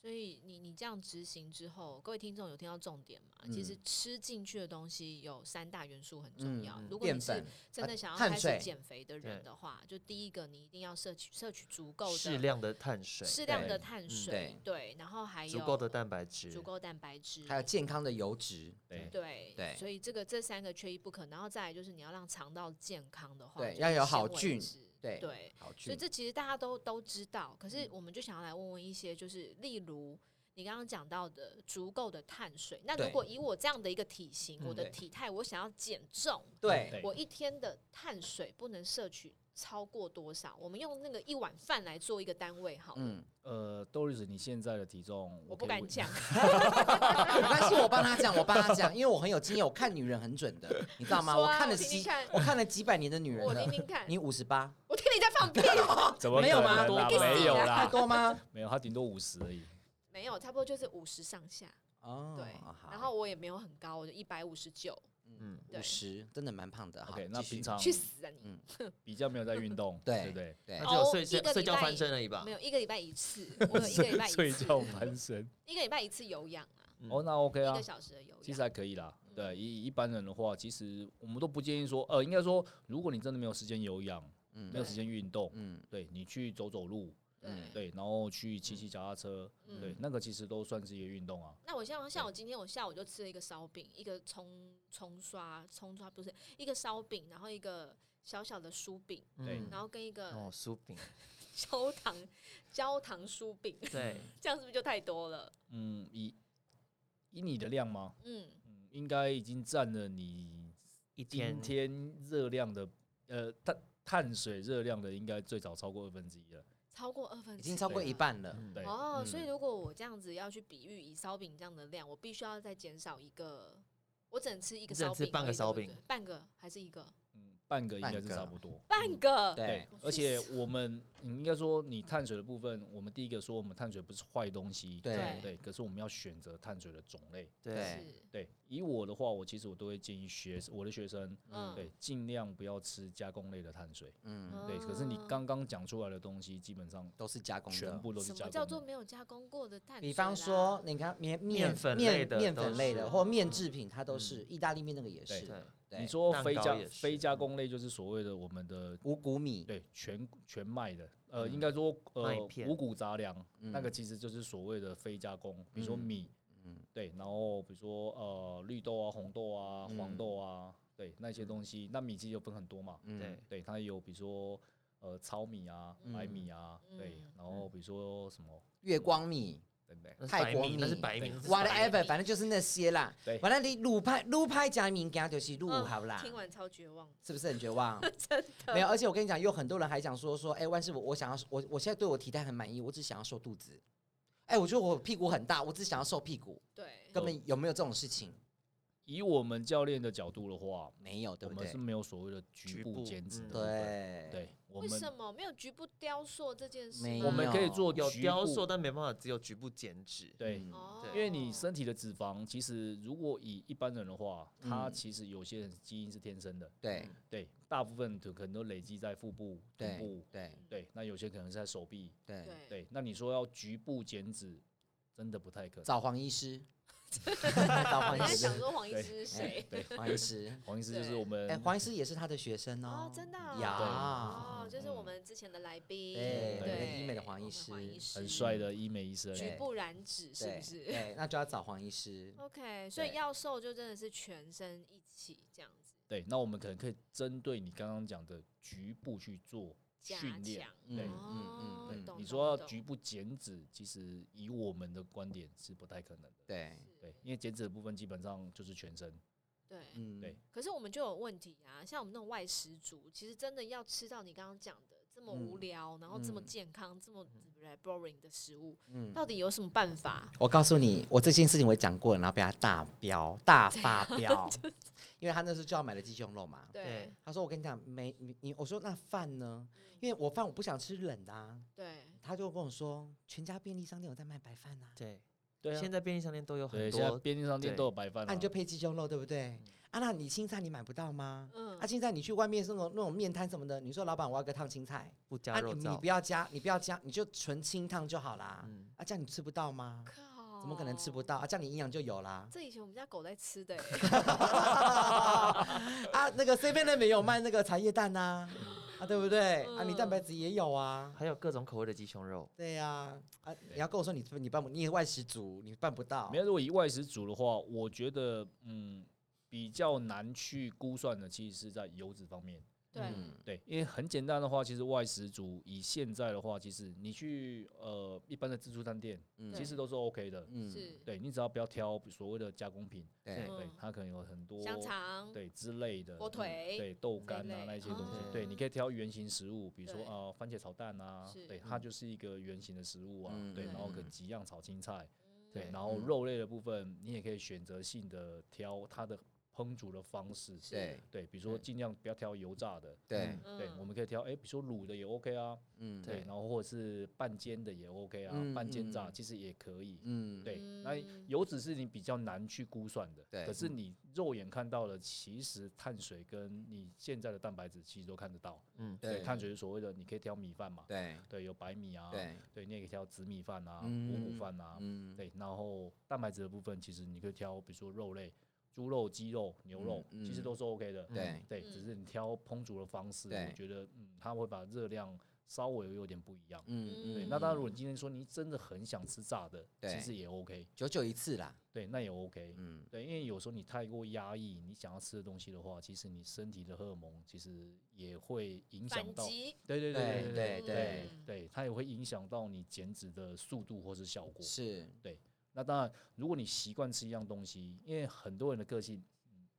所以你你这样执行之后，各位听众有听到重点吗？其嗯实吃进去的东西有三大元素很重要。如果你嗯淀是粉真的呃想要碳开始水减肥的人对的话，就第一个你一定要摄取摄取足够的适量的碳水，适量对的嗯碳水，对，然后还有足够的蛋白质，足够蛋白质，还有健康的油脂，对对对所以这个这三个缺一不可。然后再来就是你要让肠道健康的话，对就是要有好纤维菌质对对，好所以菌，这其实大家都都知道，可嗯是我们就想要来问问一些，就是例如你刚刚讲到的足够的碳水。那如对嗯果以我这样的一个体型，我的对体态，我想要减重，对对我一天的碳水不能摄取超过多少？我们用那个一碗饭来做一个单位好了，嗯，呃，豆日子，你现在的体重，我不可以敢问，讲，没关系，我帮他讲，我帮他讲，因为我很有经验，我看女人很准的，你知道吗？说啊我看了我听听几看，我看了几百年的女人我听了，听看，你五十八，我听你在放屁， 哦怎么没有可吗能啦你给没死有啊太啦，多吗？没有，它顶多五十而已。 没有，差不多就是五十上下，哦，对，好然后我也没有很高，我就一百五十九，嗯，对五，十真的蛮胖的。好 OK，那继续平常去死嗯啊你！比较没有在运动，对不对？对那只有哦睡一个觉礼睡觉拜翻身而已吧没？有一个礼拜一次，我有一个礼拜一次， 睡觉翻身，一个礼拜一次有氧啊，嗯哦，那 OK 啊，一个小时的有氧。其实还可以啦。对，以一般人的话，其实我们都不建议说，呃，应该说，如果你真的没有时间有氧，没有时间运动，嗯对你去走走路，对对，然后去骑骑脚踏车，对，那个其实都算是一个运动啊。那我像像我今天我下午就吃了一个烧饼，一个葱葱刷葱刷不是一个烧饼，然后一个小小的酥饼，对，然后跟一哦，个酥饼，焦糖焦糖酥饼， 对，这样是不是就太多了？嗯，以以你的量吗？嗯，嗯应该已经占了你一今天天热量的，呃，碳碳水热量的，应该最少超过二分之一了。超过二分之已经超过了一半了，对，哦，所以如果我这样子要去比喻以烧饼这样的量，我必须要再减少一个，我只能吃一个你只能烧饼而已，吃半个烧饼对不对半个还是一个，嗯，半个应该是半个差不多。半个，对对，啊哎而且我们你应该说，你碳水的部分，我们第一个说我们碳水不是坏东西，对对，可是我们要选择碳水的种类。对，是，对，以我的话，我其实我都会建议学我的学生，嗯对，尽量不要吃加工类的碳水。嗯对，可是你刚刚讲出来的东西，基本上都是加工的。全部都是什加么工。叫做没有加工过的碳水啦？嗯比方说，你看面面粉面类的面都粉类的是或面制品，它都是意大利面那个也对是对。对你说蛋非糕加也是嗯非加工类，就是所谓的我们的五谷米，对，全全麦的，呃，应该说嗯麦呃片嗯五谷杂粮，那个其实就是所谓的非加工，比如说米，对，然后比如说呃绿豆啊、红豆啊、黄豆啊，对那些东西，那米其实有分很多嘛，对对，它也有比如说呃糙米啊、白米啊，对，然后比如说什么，月光米、对不对？那是泰白国米那是米白米那是白米 whatever，反正就是那些啦对。完了，你鲁派鲁派加民家就是鲁嗯好啦，听完超绝 望，是不是很 绝望？真的没有，而且我跟你讲，有很多人还讲说说，哎、万师傅，我想要，我我现在对我体态很满意，我只想要瘦肚子。哎、我觉得我屁股很大，我只想要瘦屁股，对，根本有没有这种事情？以我们教练的角度的话，没有，对我不们对是？没有所谓的局局部部减脂的嗯部对，分，对，我为们什么没有局部雕塑这件事没吗？有我们可以做有局雕部塑，但没办法，只有局部减脂。对，哦对因为你身体的脂肪，其实如果以一般人的话，它其实有些人基因是天生的，对对，大部分可能都累积在腹部、臀对部，对对，那有些可能是在手臂，对，对对，那你说要局部减脂，真的不太可能。找黄 医师，找我黄医在想师，说黄医师是哎谁？ 对，黄医师，黄医师就是对我们哎、黄医师也是他的学生哦哦，，真的啊呀，哦，就是嗯我们之前的来宾，对对，医美的黄医师我们黄医师很帅，的医美医生，欸局部燃脂是对不是哦对，那就要找黄医师， ？OK，所以要瘦就真的是全身一起这样子对，那我们可能可以针对你刚刚讲的局部去做加训练强，。嗯对，哦，懂你说要懂局部减脂，其实以我们的观点是不太可能的。对，对，因为减脂的部分基本上就是全身，对，嗯，对，可是我们就有问题啊，像我们那种外食族，其实真的要吃到你刚刚讲的这么无聊，然后这么健康、这么 boring 的食物，嗯到底有什么办法？我告诉你，我这件事情我也讲过了，然后被他大飙大发 飙， 因为他那时候就要买了鸡胸肉嘛。对他说：“我跟你讲，没你你，我说那饭呢？因为我饭我不想吃冷的、啊。对，”他就跟我说：“全家便利商店有在卖白饭呐、对，对啊现，在便利商店都有对，很现在多，便利商店都有白饭啊，你就啊，配鸡胸肉，对不嗯对？啊，那你青菜你买不到吗？嗯啊，青菜你去外面那种那种面摊什么的，你说老板我要个烫青菜，不加啊，肉你你燥不。要加，你不要加，你就纯清烫就好啦。嗯哦啊，这样你吃不到吗？靠，怎么可能吃不？到啊？这样你营养就有啦。这以前我们家狗在吃的欸， 啊，那个 C 边那边有卖那个茶叶蛋呐、啊，对不对？嗯啊，你蛋白质也有啊，还有各种口味的鸡胸肉，对呀、啊，你要跟我说你你办不，你也外食族，你办不到没。有，如果以外食煮的话，我觉得嗯比较难去估算的，其实是在油脂方面。对，嗯对，因为很简单的话，其实外食族以现在的话，其实你去呃一般的自助餐店，嗯嗯其实都嗯是 OK 的。是对你只要不要挑所谓的加工品，对对嗯它可能有很多香肠，对之类的嗯嗯火腿对豆干这啊类那一些东西哦，对，你可以挑圆形食物，比如说对呃番茄炒蛋啊是，对，它就是一个圆形的食物啊嗯，对，对然后可几样炒青菜，嗯对对，嗯然后肉类的部分你也可以选择性的挑它的烹煮的方式，对对，比如说尽量不要挑油炸的，对对，嗯我们可以挑，哎，比如说卤的也 OK 啊，嗯对，然后或者是半煎的也 OK 啊嗯，半煎炸其实也可以，嗯，对，嗯那油脂是你比较难去估算的，对可是你肉眼看到的，其实碳水跟你现在的蛋白质其实都看得到。嗯对碳水是所谓的，你可以挑米饭嘛，对对，有白米啊，对，你也可以挑紫米饭啊、嗯五谷饭啊，嗯对。然后蛋白质的部分，其实你可以挑，比如说肉类、猪肉、鸡肉、牛肉，嗯嗯其实都是 OK 的。对对，只是你挑烹煮的方式，对我觉得嗯，它会把热量稍微有点不一样。嗯对，嗯，那当然，如果你今天说你真的很想吃炸的，对其实也 OK，久久一次啦，对，那也 OK，嗯对，因为有时候你太过压抑你想要吃的东西的话，其实你身体的荷尔蒙其实也会影响反到，击，对对对对对对对对，它也会影响到你减脂的速度或是效果。是对，那当然，如果你习惯吃一样东西，因为很多人的个性。嗯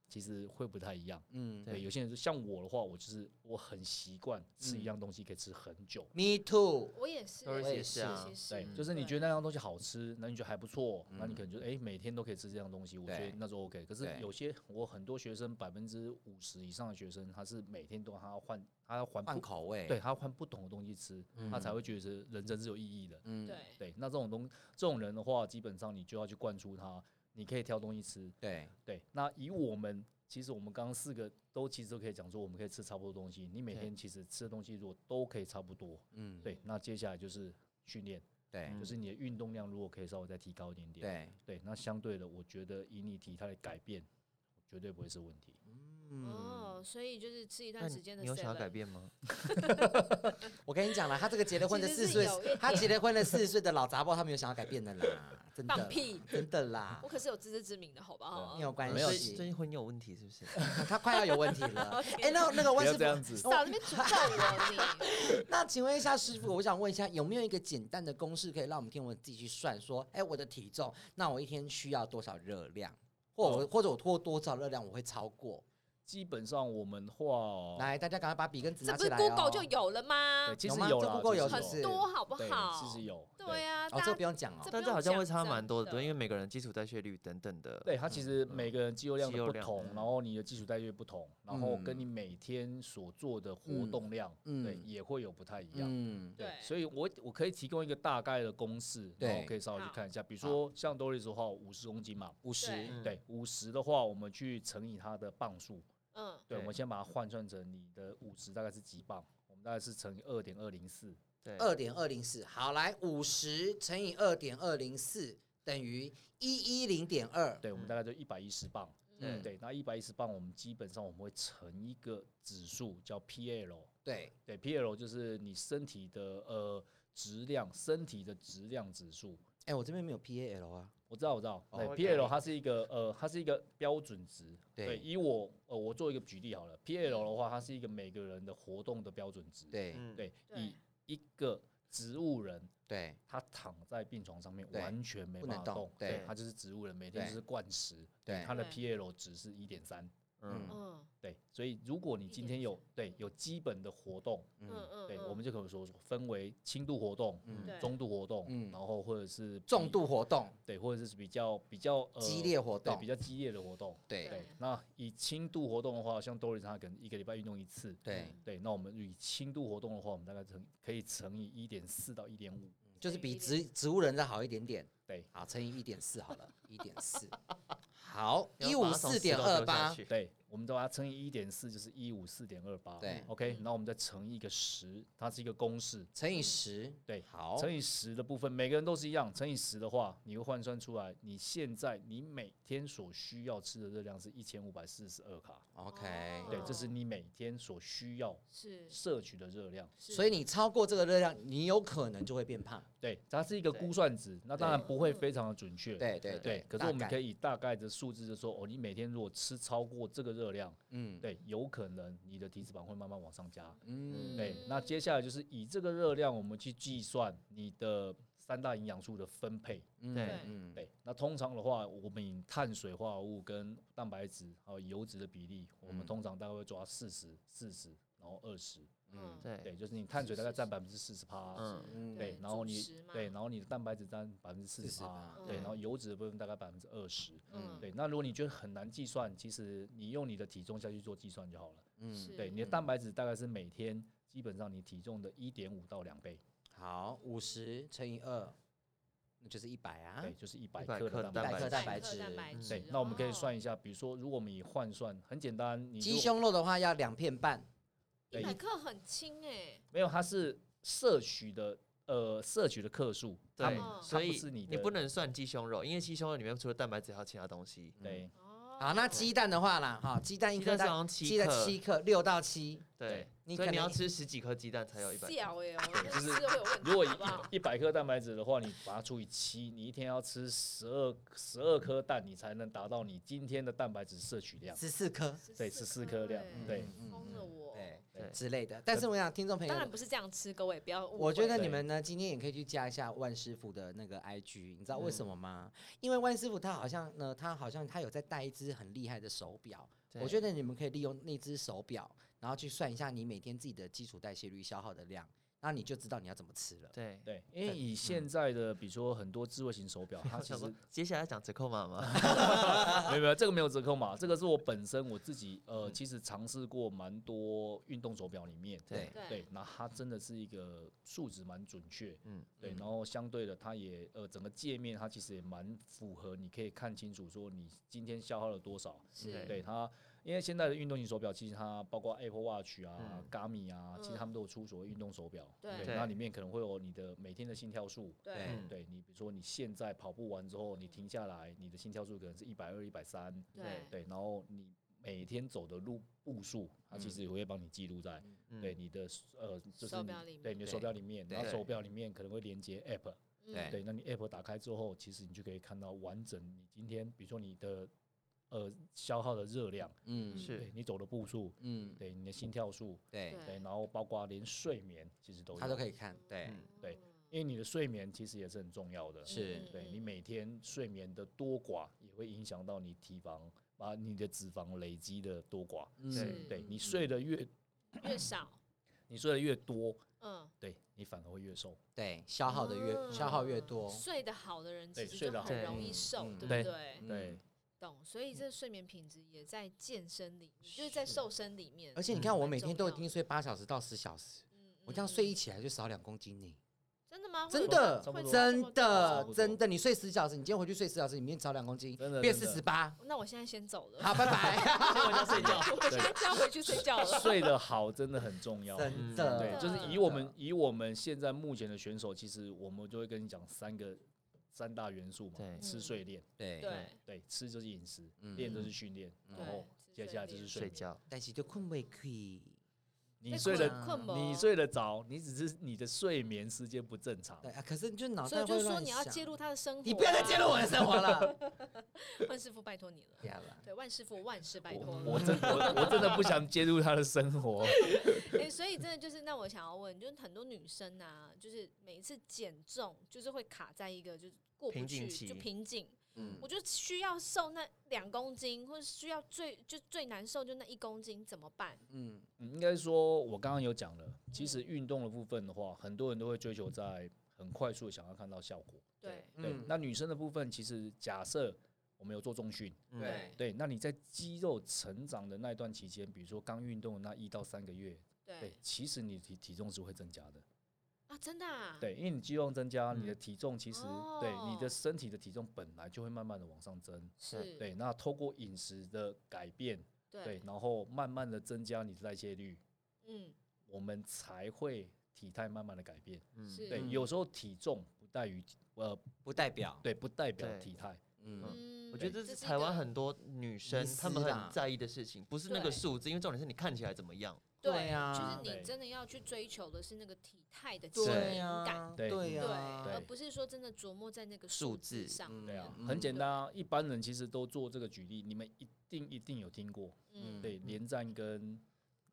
其实会不太一样，嗯对，有些人就像我的话，我就是我很习惯吃一样东西可以吃很久， ，me too，我也是， Doris 我也是啊其实嗯对，就是你觉得那样东西好吃，那你觉得还不错，那你可能就哎、诶每天都可以吃这样东西，我觉对得那就 OK。可是对有些我很多学生百分之五十以上的学生，他是每天都他要换，他要换换不，口味，嗯对，他要换不同的东西吃，他才会觉得是人生是有意义的。对对，那这种东这种人的话，基本上你就要去灌输他，你可以挑东西吃。对对，那以我们其实我们刚刚四个都其实都可以讲说，我们可以吃差不多东西。你每天其实吃的东西如果都可以差不多，嗯，对，嗯那接下来就是训练。对就是你的运动量如果可以稍微再提高一点点，嗯对，对，那相对的，我觉得以你体态的改变，绝对不会是问题。嗯哦，所以就是吃一那段时你间的你有想要 seven 改变吗？我跟你讲了，他这个结了婚的其实四是十岁有一点，他结了婚的四十岁的老杂包，他没有想要改变的啦，真的 啦放屁，真的啦我，可是有自知之明的，好不好没？有关没有最系，最近婚姻有问题是不是？ 他快要有问题 了。哎，那那个不万要师这样子傅，少在那边诅咒我你。那请问一下师傅，我想问一下，有没有一个简单的公式可以让我们听我们自己去算说，哎，我的体重，那我一天需要多少热量，或哦我、或者我拖多少热量我会超过？基本上我们话，哦来，大家赶快把笔跟纸这拿不起是来哦。 Google 就有了吗对，？其实有吗有这啦 Google 其实有有是不是很多好不对好？其实有，对啊，哦，大家这个不用讲哦这。但这好像会差蛮多不的，用讲真的因为每个人基础代谢率等等的。对它其实嗯每个人肌肉量肌的肉不量同，嗯然后你的基础代谢不同，然后跟你每天所做的活动量，嗯对，也会有不太一样。嗯，对，对所以我我可以提供一个大概的公式，对然后可以稍微去看一下。比如说像 Doris 的话，五十公斤嘛，五十，对嗯对，五十的话，我们去乘以它的磅数，嗯，对，对我们先把它换算成你的五十大概是几磅，我们大概是乘以二点二零四，对，二点二零四，好，来五十乘以二点二零四等于一一零点二，对，我们大概就一百一十磅。嗯对，那一百一十磅，我们基本上我们会乘一个指数叫 PL，对，对，PL 就是你身体的呃质量，身体的质量指数。哎，我这边没有 PAL 啊，我知道，我知道，对、我 p 懂 l 你它是一个呃，它是一个标准值。对以我呃，我做一个举例好了，PL 的话，它是一个每个人的活动的标准值。对嗯对，对以一个植物人，对他躺在病床上面对完全没不办能法动对他就是植物人，每天对就是灌食，对他的对 PL 值是一点三。嗯，嗯对，所以如果你今天有对有基本的活动，嗯嗯，对，嗯我们就可以说分为轻度活动、对中度活动，嗯然后或者是比重，度活动，对，或者是比较比较、呃、激烈活动对，比较激烈的活动。对对，那以轻度活动的话，像 Doris 她可能一个礼拜运动一次，嗯对，对，那我们以轻度活动的话，我们大概乘可以乘以一点四到一点五，就是比植植物人再好一点点，对好，乘以一点四好了，一点四，好，一要把五它从四四点楼二丢下八，去对，我们再把它乘以一点四，就是一五四点二八，嗯对，OK，然后我们再乘以一个十，它是一个公式，乘以十，对，好，乘以十的部分，每个人都是一样。乘以十的话，你会换算出来，你现在你每天所需要吃的热量是一千五百四十二卡。 OK，对，这是你每天所需要是摄取的热量。所以你超过这个热量，你有可能就会变胖，对，它是一个估算值，那当然不会非常的准确。对对对，可是大我们概可以大概的数字就说，哦，你每天如果吃超过这个热量，嗯对，有可能你的体脂肪会慢慢往上加。嗯，对，那接下来就是以这个热量，我们去计算你的三大营养素的分配。对，嗯对，那通常的话，我们以碳水化合物跟蛋白质还有油脂的比例，我嗯们通常大概会抓四十、四十，然后二十。嗯对，对，就是你碳水大概占百分之四十趴，嗯，嗯对，然后主你食嘛对，然后你的蛋白质占百分之四十趴， 40%对，嗯然后油脂的部分大概百分之二十。嗯对，那如果你觉得很难计算，其实你用你的体重下去做计算就好了。嗯是对，你的蛋白质大概是每天基本上你体重的一点五到两倍，好，五十乘以二，那就是一百啊对，，就是一百100克克的蛋白蛋白克质。蛋白白质蛋白质对，，那我们可以哦算一下，比如说，如果我们以换算，很简单，你如鸡果胸肉的话要两片半，对一百克很轻哎，没有，它是摄取的呃摄取的克数，它哦对它，所不以是你你的不能算鸡胸肉，因为鸡胸肉里面除了蛋白质还有其他东西。对哦，啊好，那鸡蛋的话啦，哈，鸡蛋一颗鸡蛋是好蛋，像七鸡蛋克七克，六到七，对，你所以可你要能吃十几颗鸡蛋才有一百。小哎哦，就就是是会有问题，如果好不好？一一百克蛋白质的话，你把它除以七，你一天要吃十二十二颗蛋，你才能达到你今天的蛋白质摄取量。十四颗，对，十四颗量哎，对，嗯疯了我。对对之类的。但是我想听众朋友当，然不是这样吃，各位不要误会。我觉得对你们呢，今天也可以去加一下万师傅的那个 IG，你知道为什么吗？因为万师傅他好像呢，他好像他有在戴一只很厉害的手表，对我觉得你们可以利用那只手表，然后去算一下你每天自己的基础代谢率消耗的量，那你就知道你要怎么吃了。对，对，因为以现在的比如说很多智慧型 手表，它我其哎嗯想实说接下来讲折扣码吗？没有没有，这个没有折扣码，这个是我本身我自己嗯呃，其实尝试过蛮多运动手表里面，对对对，，那它真的是一个数值蛮准确，嗯嗯，对，然后相对的，它也呃整个界面它其实也蛮符合，你可以看清楚说你今天消耗了多少，是对它，因为现在的运动型手表其实它包括 Apple Watch 啊、Garmin 啊，其实他们都有出所谓运动手表，嗯对那里面可能会有你的每天的心跳数，对嗯对你比如说你现在跑步完之后，你停下来，你的心跳数可能是一百二、一百三，对对，然后你每天走的路步数，它其实也会帮你记录在、对你的呃，就是手你表里面对你的对手表里面，对然后手表里面可能会连接 app，嗯哎对对，那你 app 打开之后，其实你就可以看到完整你今天，比如说你的呃消耗的热量，嗯对是你走的步数，嗯，对你的心跳数，对嗯对嗯对，然后包括连睡眠，其实都他都以，可以看。对嗯对，因为你的睡眠其实也是很重要的，是嗯对你每天睡眠的多寡也会影响到你体肪把你的脂肪累积的多寡，嗯对对你睡得越越少，你睡得越多，嗯，对你反而会越瘦，对消耗的越、哦消耗越多，睡得好的人其嗯对实睡就得很好容易嗯瘦，嗯对不对对？对，懂，所嗯以这睡眠品质也在健身里，就是在瘦身里面。而且嗯你看，我每天都蛮重已要经睡八小时到十小时，嗯我这样睡一起来就少两公斤呢。真的吗？会真有的差不会差多这真么的差不多真的，你睡十小时，你今天回去睡十小时，你明天少两公斤真的，变真四的十八。多？那我现在先走了，好，拜拜。我要睡觉。 我现在就要回去睡觉了。睡得好真的很 重要。真对，嗯的，就是以我们以我们现在目前的选手，其实我们就会跟你讲三个三大元素嘛，对吃、睡、练。嗯 对对对，吃就是饮食，嗯练就是训练，然后对接下来就是睡睡眠。觉，但是就困不可以。你睡得困吗你睡得着，你只是你的睡眠时间不正常对。啊，可是你就脑所以袋我就会是说乱你要想。介入他的生活啊，你不要再介入我的生活了。万师傅，拜托你了。 不要了，对，万师傅，万事拜我托了。我真 我我真的不想介入他的生活。哎、所以真的就是，那我想要问，就是很多女生啊，就是每一次减重，就是会卡在一个就是过不瓶颈去，期就瓶颈。嗯我就需要瘦那两公斤，或者需要最就最难受就那一公斤，怎么办？嗯，嗯应该说，我刚刚有讲了，其实运动的部分的话，很多人都会追求在很快速地想要看到效果。对对嗯，那女生的部分，其实假设我们有做重训，嗯对，对，那你在肌肉成长的那段期间，比如说刚运动的那一到三个月，对对，其实你体体重是会增加的。啊，真的啊，对，因为你肌肉增加，你的体重其实、对你哦的身体的体重本来就会慢慢的往上增。是，对，那透过饮食的改变，对对，，然后慢慢的增加你的代谢率，嗯，我们才会体态慢慢的改变。嗯是，对，有时候体重不代于呃，不代表对，不代表对体态。嗯我觉得这这是一台湾个很多女生迷思她们啦很在意的事情，不是那对个数字，因为重点是你看起来怎么样。对啊就是你对真的要去追求的是那个体态的对质感呀，对对对，呀，对而不是说真的琢磨在那个数字字上面。对啊，很简单啊，一般人其实都做这个举例，你们一定一定有听过。嗯对，连战跟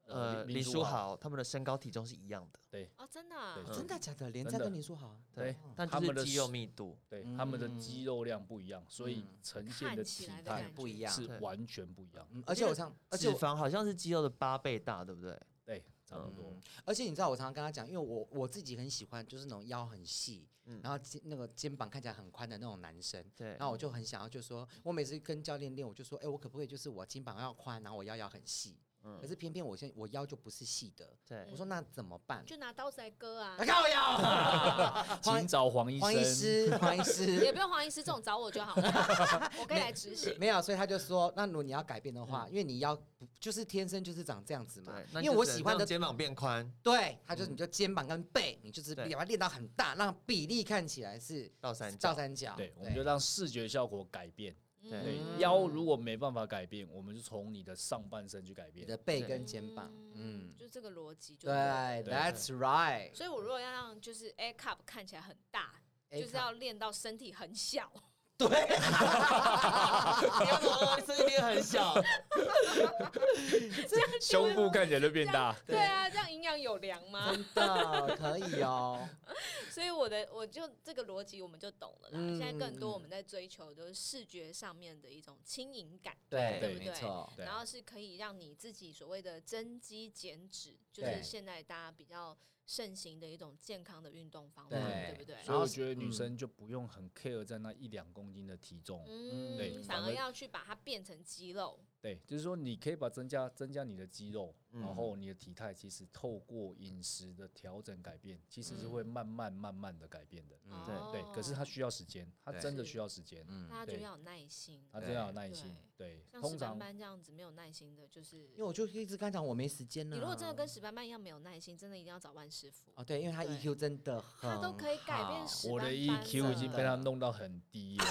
呃，林林书书豪豪他们的身高体重是一样的，对啊，真的啊对真的假的？连真战的跟林书豪，对，但他就们是的肌肉密度。对，他们的肌肉量不一样，所以呈现看的起体来的态感不一觉样。是对完全不一样。嗯，而且我常，而且脂我肪好像是肌肉的八倍大，对不对？对，差不多。嗯而且你知道，我常常跟他讲，因为我我自己很喜欢，就是那种腰很细，然后肩那个肩膀看起来很宽的那种男生。对然后我就很想要，就说，我每次跟教练练，我就说，哎、我可不可以就是我肩膀要宽，然后我腰要很细？嗯可是偏偏我现在我腰就不是细的。对我说那怎么办？就拿刀子来割啊啊，，靠腰啊！黄请找黄医 黄医生。师，黄医也师不用黄医师这种找我就好了，我可以来执行。没有，所以他就说，那如果你要改变的话，因为你腰不就是天生就是长这样子嘛嗯对，，那因你为就我只能喜欢的让肩膀变宽对，他就是你就肩膀跟背，你就是对把它练到很大，让比例看起来是到三角倒三角。对，我们就让视觉效果改变。 嗯对，腰如果没办法改变，我们就从你的上半身去改你变。的背跟肩膀。嗯，就这个逻辑就对，That's right。所以，我如果要让就是 A cup 看起来很大， A 就是 要练到身体很小。你要怎么身体很小？这样请胸问部看起来就变大。对啊，这样营养有量吗？真的可以 哦，所以我的我就这个逻辑我们就懂了啦。嗯现在更多我们在追求的是视觉上面的一种轻盈感，对对不没错对然后是可以让你自己所谓的增肌减脂，就是对现在大家比较盛行的一种健康的运动方对法，对不对？嗯所以我觉得女生就不用很 care 在那一两公斤的体重。嗯，对反反而而要去把它变成肌肉，对，就是说你可以把增加增加你的肌肉，然后你的体态，其实透过饮食的调整改变，其实是会慢慢慢慢的改变的。对嗯嗯对，可是它需要时间，它对真的是需要时间。哦嗯大家就对要有耐心。他真的要有耐心。对，像通石斑常斑这样子没有耐心的，就是因为我就一直跟他讲我没时间呢。你如果真的跟石斑斑一样没有耐心，真的一定要找万师傅，哦，对，因为他对 EQ 真的很，他都可以改变十啊我的班班 EQ 已经被他了弄到很低了，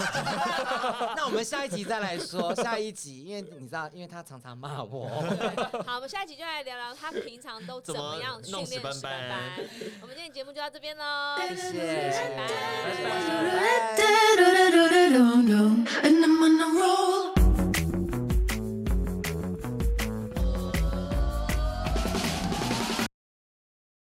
那我们下一集再来说，下一集，因为你知道，因为他常常 骂我，对好，我们下一集就来聊聊他平常都怎么么样训弄练死班班班。我们今天节目就到这边喽，谢谢拜拜拜拜